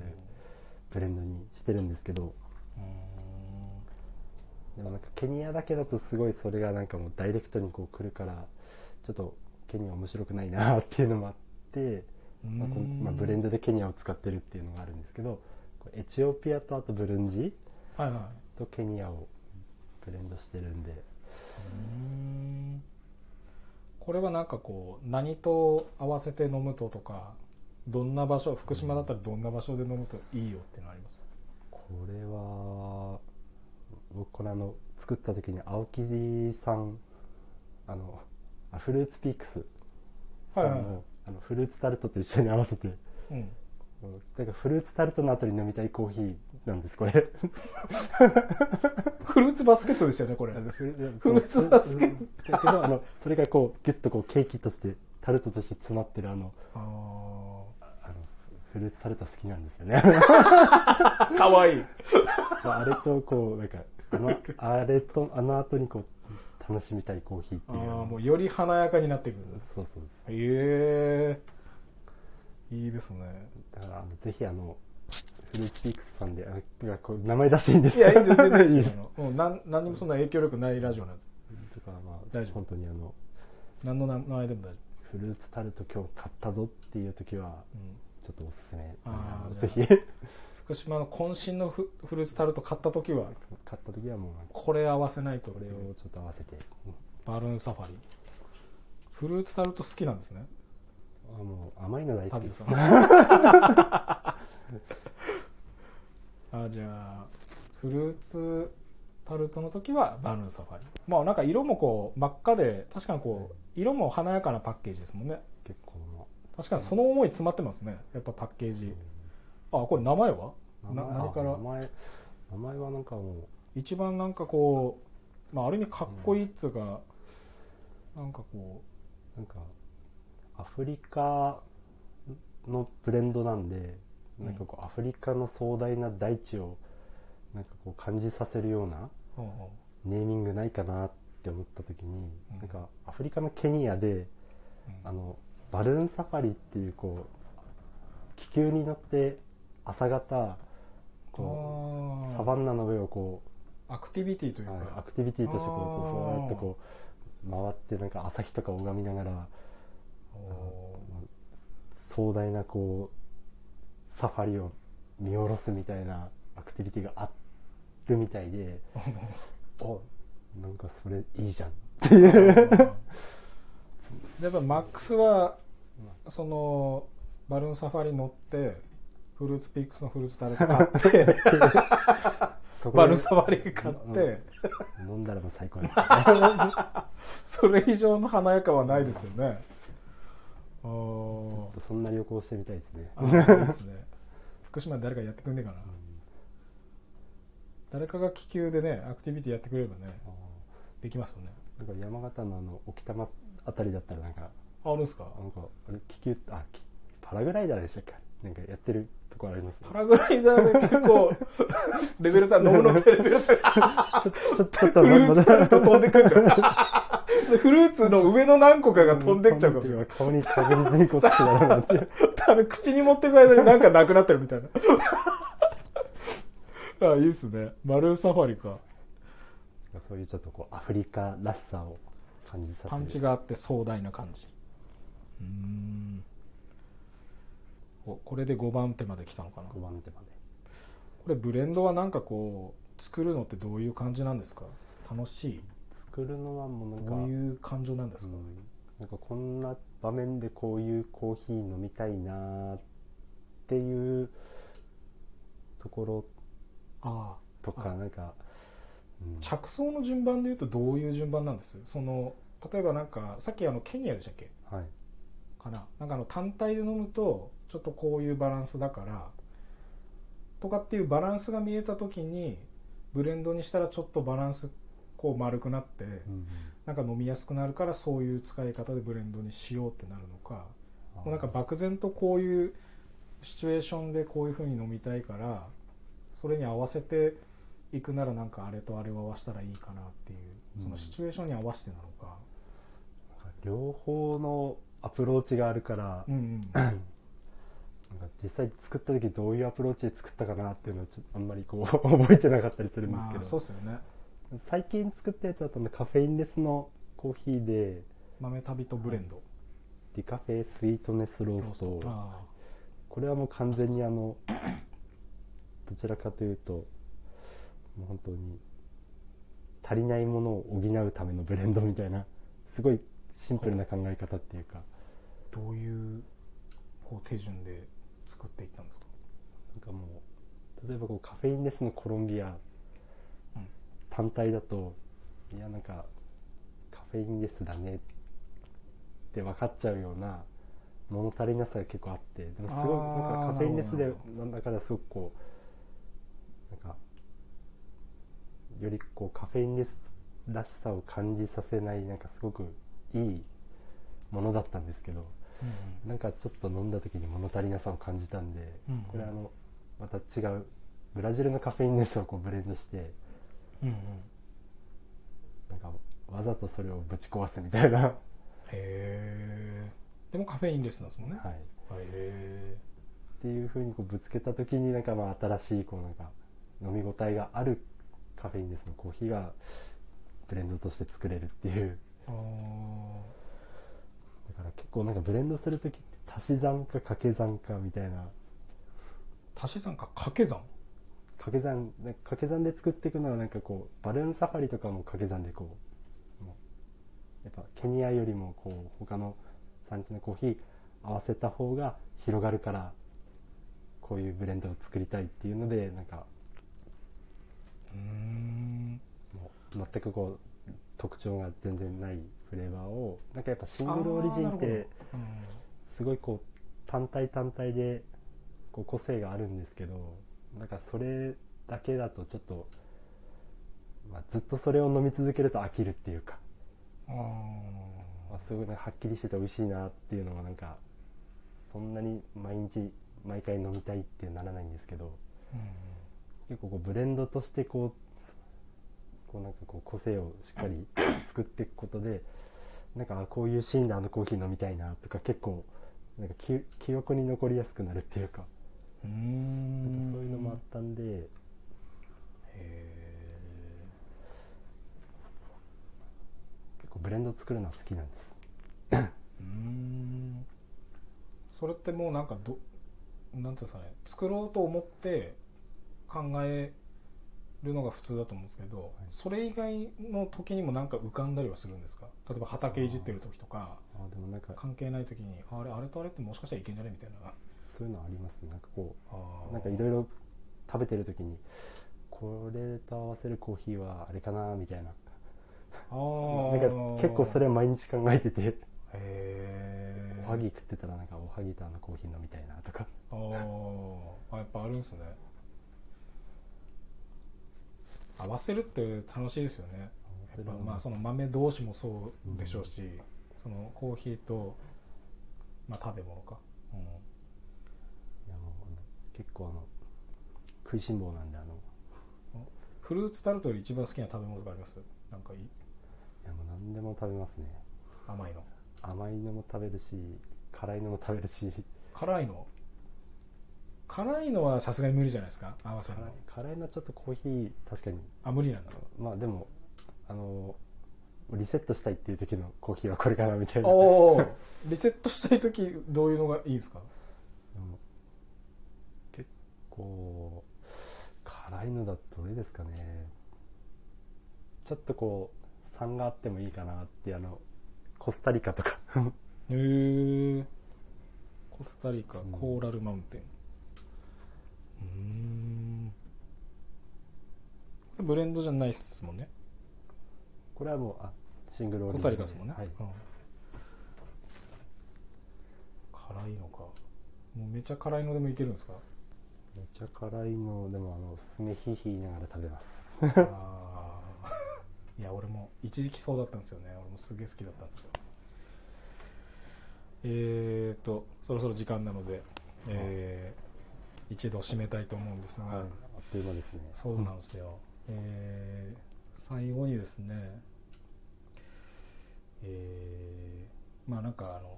Speaker 3: ブレンドにしてるんですけどでもなんかケニアだけだとすごいそれがなんかもうダイレクトにこう来るからちょっとケニア面白くないなっていうのもあって、まあこうまあブレン
Speaker 2: ド
Speaker 3: ドでケニアを使ってるっていうのがあるんですけどこうエチオピアとあとブルンジ
Speaker 2: はいは
Speaker 3: とケニアをブレンドしてるんで
Speaker 2: いうんこれはなんかこう何と合わせて飲むととかどんな場所福島だったらどんな場所で飲むといいよっていうのあります
Speaker 3: これは僕このあの作った時に青木さんあのあフルーツピークスさんの,、
Speaker 2: はいはい
Speaker 3: あのフルーツタルトと一緒に合わせて
Speaker 2: うん
Speaker 3: うんだからフルーツタルトの後に飲みたいコーヒーなんですこ れ
Speaker 2: フルーツバスケットですよねこれ
Speaker 3: あのフル
Speaker 2: フルーツバスケット
Speaker 3: トだけどあのそれがこうギュッとこうケーキとしてタルトとして詰まってるあの
Speaker 2: あ
Speaker 3: あのフルーツタルト好きなんですよね
Speaker 2: かわいい
Speaker 3: まああれとこうなんかあのあれとあの後にこう楽しみたいコーヒーって
Speaker 2: あ
Speaker 3: いう
Speaker 2: ーもうより華やかになってくる
Speaker 3: そうそうです
Speaker 2: へえいいですね
Speaker 3: だからあのぜひあのフルーツピークスさんであてかこう名前出していいんです
Speaker 2: いや全然全然
Speaker 3: い
Speaker 2: い
Speaker 3: い
Speaker 2: い
Speaker 3: で
Speaker 2: ですすよもうなん何にもそんな影響力ないラジオなんで
Speaker 3: とかまあ
Speaker 2: 大丈夫
Speaker 3: 本当にあの
Speaker 2: 何の名前でも大丈
Speaker 3: フ
Speaker 2: 夫
Speaker 3: ルーツタルト今日買ったぞっていう時は
Speaker 2: うん
Speaker 3: ちょっとおすすめ
Speaker 2: あー
Speaker 3: ぜひ
Speaker 2: じゃ
Speaker 3: 買
Speaker 2: 福島の渾身のフフルーツタルト買った時は
Speaker 3: った時はもうなんか
Speaker 2: これ合わせないと
Speaker 3: これをちょっと合わせて
Speaker 2: バルーンサファリフルーツタルト好きなんですね
Speaker 3: あもう甘いの大好
Speaker 2: タ
Speaker 3: き
Speaker 2: ビ
Speaker 3: で
Speaker 2: さ
Speaker 3: す
Speaker 2: ん あじゃあフルーツタルトの時はバルーンサファリまあなんか色もこう真っ赤で確かにこう色も華やかなパッケージですもんね
Speaker 3: 結構も
Speaker 2: 確かにその思い詰まってますねやっぱパッケージあこれ名前は
Speaker 3: う
Speaker 2: な何から
Speaker 3: 名前名前はなんかも
Speaker 2: 一番なんかこう、まあ、ある意味かっこいいっつうか、なんかこ
Speaker 3: うなんかアフリカのブレンドなんでなんかこうアフリカの壮大な大地をなんかこう感じさせるような
Speaker 2: う、
Speaker 3: ネーミングないかなって思った時に、
Speaker 2: うん
Speaker 3: なんかアフリカのケニアであのバルーンサファリっていうこう気球に乗って朝方こう
Speaker 2: あ
Speaker 3: サバンナの上をこ
Speaker 2: アクティビティという
Speaker 3: う、
Speaker 2: か、
Speaker 3: はいアクティビティとしてこうこう
Speaker 2: あー
Speaker 3: ふわーっとこう回ってなんか朝日とか拝みながら
Speaker 2: お
Speaker 3: 壮大なこうサファリを見下ろすみたいなアクティビティがあるみたい でおなんかそれいいじゃん
Speaker 2: ーやっぱマックスはそのバルーンサファリ乗ってフルーツピックスのフルーツタルト買って
Speaker 3: そこで
Speaker 2: バルーンサファリ買って
Speaker 3: 飲んだらもう最 高です、
Speaker 2: それ以上の華やかはないですよねあ
Speaker 3: ち
Speaker 2: ー
Speaker 3: ょっとそんな旅行をしてみたいですね
Speaker 2: あーいいですね福島で誰かやってくんねえかな、誰かが気球でねアクティビティやってくれればね
Speaker 3: あー
Speaker 2: できますよね
Speaker 3: なんか山形のあの沖玉あたりだったらなんか
Speaker 2: あるんですか
Speaker 3: なんかあれ気球あきパラグライダーでしたっけなんかやってるとこあります
Speaker 2: パラグライダーで結構レベル高いノブのレベル高い
Speaker 3: ちょちょちょっと
Speaker 2: フルーツタルト飛んでくんじゃん
Speaker 3: な
Speaker 2: フルーツの上の何個かが飛んでっちゃうかも しれない
Speaker 3: 顔に確実にこっつけだろうなっていう
Speaker 2: 多分口に持ってく間になんかなくなって るみたいなあいいっすねマルーサファリか
Speaker 3: そういうちょっとこうアフリカらしさを感じさせる
Speaker 2: パンチがあって壮大な感じうーんおこれで5番手まで来たのかな
Speaker 3: 5番手まで
Speaker 2: これブレンドはなんかこう作るのってどういう感じなんですか楽しい
Speaker 3: 作るのはもうなんか
Speaker 2: どういう感情なんです
Speaker 3: うん
Speaker 2: か、
Speaker 3: なんかこんな場面でこういうコーヒー飲みたいなーっていうところ
Speaker 2: ああ
Speaker 3: とかなんか、うん
Speaker 2: 着想の順番でいうとどういう順番なんですその例えばなんかさっきあのケニアでしたっけ
Speaker 3: はい
Speaker 2: かななんかあの単体で飲むとちょっとこういうバランスだからとかっていうバランスが見えた時にブレンドにしたらちょっとバランスこう丸くなって
Speaker 3: うん
Speaker 2: なんか飲みやすくなるからそういう使い方でブレンドにしようってなるのかもうなんか漠然とこういうシチュエーションでこういう風に飲みたいからそれに合わせていくならなんかあれとあれを合わせたらいいかなっていう
Speaker 3: うん
Speaker 2: そのシチュエーションに合わせてなのか、
Speaker 3: 両方のアプローチがあるから、
Speaker 2: うんうん、
Speaker 3: なんか実際作った時どういうアプローチで作ったかなっていうのはちょっとあんまりこう 覚えてなかったりするんです
Speaker 2: ま
Speaker 3: け
Speaker 2: あ
Speaker 3: ど、
Speaker 2: そうっすよね
Speaker 3: 最近作ったやつだとねカフェインレスのコーヒーで
Speaker 2: 豆旅とブレンド
Speaker 3: ディカフェスイートネスロースト
Speaker 2: ローストあ
Speaker 3: これはもう完全にあの どちらかというともう本当に足りないものを補うためのブレンドみたいなすごいシンプルな考え方っていうか
Speaker 2: ーどういうこう手順で作っていったんですか
Speaker 3: なんかもう例えばこうカフェインレスのコロンビア
Speaker 2: うん
Speaker 3: 単体だといやなんかカフェインレスだねって分かっちゃうような物足りなさが結構あってでもすごい
Speaker 2: あー
Speaker 3: なんかカフェインレス
Speaker 2: な
Speaker 3: で
Speaker 2: るほ
Speaker 3: なんだからすごくこうなんかよりこうカフェインレスらしさを感じさせないなんかすごくいいものだったんですけどなんかちょっと飲んだ時に物足りなさを感じたんで、
Speaker 2: うんうん
Speaker 3: これあのまた違うブラジルのカフェインレスをこうブレンドして
Speaker 2: うんうんへ
Speaker 3: なんかわざとそれをぶち壊すみたいな、は
Speaker 2: えでもカフェインレスなんですもんね、
Speaker 3: い、っ
Speaker 2: へえ
Speaker 3: ていうふうにこうぶつけた時になんかまあ新しいこうなんか飲み応えがあるカフェインレスのコーヒーがブレンドとして作れるっていう
Speaker 2: あ
Speaker 3: だから結構なんかブレンドする時って足し算か掛け算かみたいな
Speaker 2: あ足し算か掛け算
Speaker 3: 掛け算なんか掛け算で作っていくのはなんかこうバルーンサファリとかも掛け算でこうもうやっぱケニアよりもこう他の産地のコーヒー合わせた方が広がるからこういうブレンドを作りたいっていうのでなんか
Speaker 2: うーん
Speaker 3: もう全くこう特徴が全然ないフレーバーをなんかやっぱシングルオリジンっ
Speaker 2: あーな
Speaker 3: て
Speaker 2: るほどうん
Speaker 3: すごいこう単体単体でこう個性があるんですけどなんかそれだけだとちょっと、まあ、ずっとそれを飲み続けると飽きるっていうか、
Speaker 2: あ
Speaker 3: まあ、すごいねはっきりしてて美味しいなっていうのはなんかそんなに毎日毎回飲みたいってならないんですけど
Speaker 2: ーうん
Speaker 3: 結構こうブレンドとしてこうこうなんかこう個性をしっか り作っていくことでなんかあこういうシーンであのコーヒー飲みたいなとか結構なんか記記憶に残りやすくなるっていうか。
Speaker 2: うー
Speaker 3: なんか
Speaker 2: ん
Speaker 3: そういうのもあったんで、
Speaker 2: へえ
Speaker 3: 結構ブレンド作るのは好きなんです。
Speaker 2: うーんそれってもうなんかどなんていうんですかね作ろうと思って考えるのが普通だと思うんですけど、それ以外の時にもなんか浮かんだりはするんですか例えば畑いじってる時とか
Speaker 3: あでもなんか
Speaker 2: 関係ない時にあれあれとあれってもしかしたらいけんじゃねみたいな
Speaker 3: そういうのありますね。なんかこ
Speaker 2: あ
Speaker 3: う
Speaker 2: ー
Speaker 3: なんかいろいろ食べてる時にこれと合わせるコーヒーはあれかなみたいな。
Speaker 2: あ
Speaker 3: なん
Speaker 2: ー
Speaker 3: か結構それ毎日考えてて、
Speaker 2: へえ
Speaker 3: おはぎ食ってたらなんかおはぎとあのコーヒー飲みたいなとか。
Speaker 2: あーあやっぱあるんですね合わせるって楽しいですよねやっぱまあその豆同士もそうでしょうし、そのコーヒーと、まあ、食べ物か、うん、
Speaker 3: いやもうあの結構あの食いしん坊なんであのい
Speaker 2: フルーツタルトより一番好きな食べ物とかありますなんかいい
Speaker 3: やもう何でも食べますね
Speaker 2: 甘いの
Speaker 3: 甘いのも食べるし辛いのも食べるし
Speaker 2: 辛いの辛いのはさすがに無理じゃないですか合わせる
Speaker 3: 辛い
Speaker 2: の
Speaker 3: 辛いのはちょっとコーヒー確かに
Speaker 2: あ無理なんだ
Speaker 3: まあでもあのリセットしたいっていう時のコーヒーはこれからみたいな
Speaker 2: おおリセットしたい時どういうのがいいですか
Speaker 3: でも結構辛いのだとどれですかねちょっとこう酸があってもいいかなってあのコスタリカとか
Speaker 2: へえコスタリカ
Speaker 3: うん
Speaker 2: コーラルマウンテンうんこれブレンドじゃないっすもんね
Speaker 3: これはもうあシングルオリ
Speaker 2: コ
Speaker 3: ジ
Speaker 2: ス
Speaker 3: ン
Speaker 2: タリカですもんね、
Speaker 3: はい
Speaker 2: うん辛いのかもうめちゃ辛いのでもいけるんで すか
Speaker 3: めっちゃ辛いのでもあのすねひいひい言いながら食べます
Speaker 2: あーいや俺も一時期そうだったんですよね俺もすげえ好きだったんですよえーとそろそろ時間なので、えー一度締めたいと思うんですが、
Speaker 3: あっという間ですね
Speaker 2: そうなんですよ、えー最後にですねえーまあなんかあの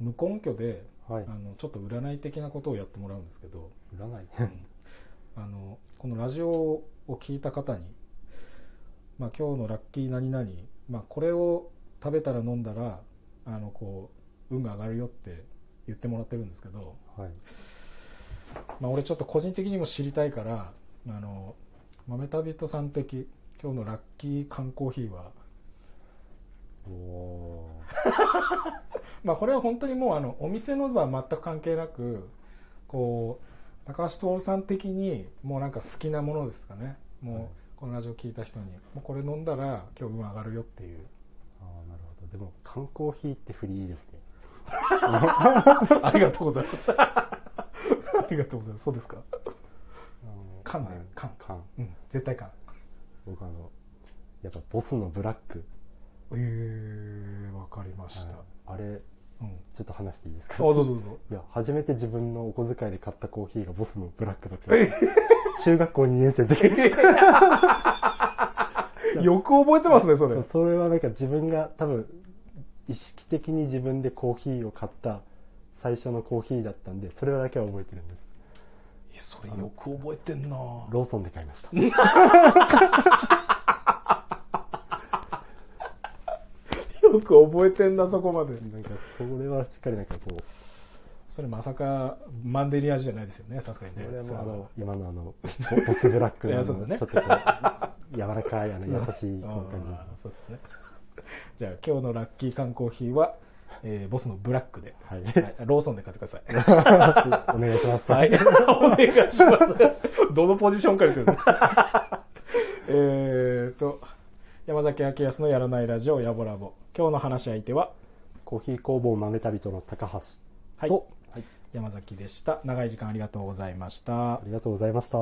Speaker 2: 無根拠で
Speaker 3: はい
Speaker 2: あのちょっと占い的なことをやってもらうんですけど、
Speaker 3: 占い
Speaker 2: あのこのラジオを聞いた方に、まあ、今日のラッキー何々、まあ、これを食べたら飲んだらあのこう運が上がるよって言ってもらってるんですけど、
Speaker 3: はい
Speaker 2: まあ、俺ちょっと個人的にも知りたいからあの豆旅人さん的今日のラッキー缶コーヒーは、
Speaker 3: おお
Speaker 2: まあ、これは本当にもうあのお店のは全く関係なくこう高橋徹さん的にもうなんか好きなものですかねもう、
Speaker 3: はい
Speaker 2: このラジオ聞いた人にもうこれ飲んだら今日運上がるよっていう
Speaker 3: ああなるほどでも缶コーヒーってフリーですね
Speaker 2: ありがとうございます ありがとうございますそうですか
Speaker 3: あの
Speaker 2: 缶ね
Speaker 3: はい
Speaker 2: 缶
Speaker 3: 缶
Speaker 2: うん絶対か
Speaker 3: 僕あのやっぱボスのブラック、
Speaker 2: えー、わかりました、
Speaker 3: あれ
Speaker 2: うん、
Speaker 3: ちょっと話していいです
Speaker 2: あ
Speaker 3: か
Speaker 2: どうぞどうぞ
Speaker 3: いや初めて自分のお小遣いで買ったコーヒーがボスのブラックだった中学校2年生の時
Speaker 2: よく覚えてます ねそれ
Speaker 3: そうそれはなんか自分が多分意識的に自分でコーヒーを買った最初のコーヒーだったんでそれだけは覚えてるんです
Speaker 2: えそれよく覚えてんな
Speaker 3: ローソンで買いました
Speaker 2: よく覚えてんなそこまで
Speaker 3: なんかそれはしっかりなんかこう
Speaker 2: それまさかマンデリア味じゃないですよねさすがにね
Speaker 3: これ
Speaker 2: そ
Speaker 3: も
Speaker 2: れは
Speaker 3: あの今のあのボボスブラックのあ の
Speaker 2: いやそうですね
Speaker 3: ちょっとこう柔らかいあの優しいこういう感 じ
Speaker 2: あーそうですねじゃあ今日のラッキー缶コーヒーは、えーボスのブラックで、
Speaker 3: はい
Speaker 2: はい、ローソンで買ってください
Speaker 3: お願いします。
Speaker 2: はい。 お願いします。どのポジションから言ってるの えーと、山崎明康のやらないラジオ、やぼラボ。今日の話し相手は、
Speaker 3: コーヒー工房豆旅人の高橋
Speaker 2: はい
Speaker 3: と、
Speaker 2: 山崎でした。長い時間ありがとうございました
Speaker 3: あ。りがとうございました。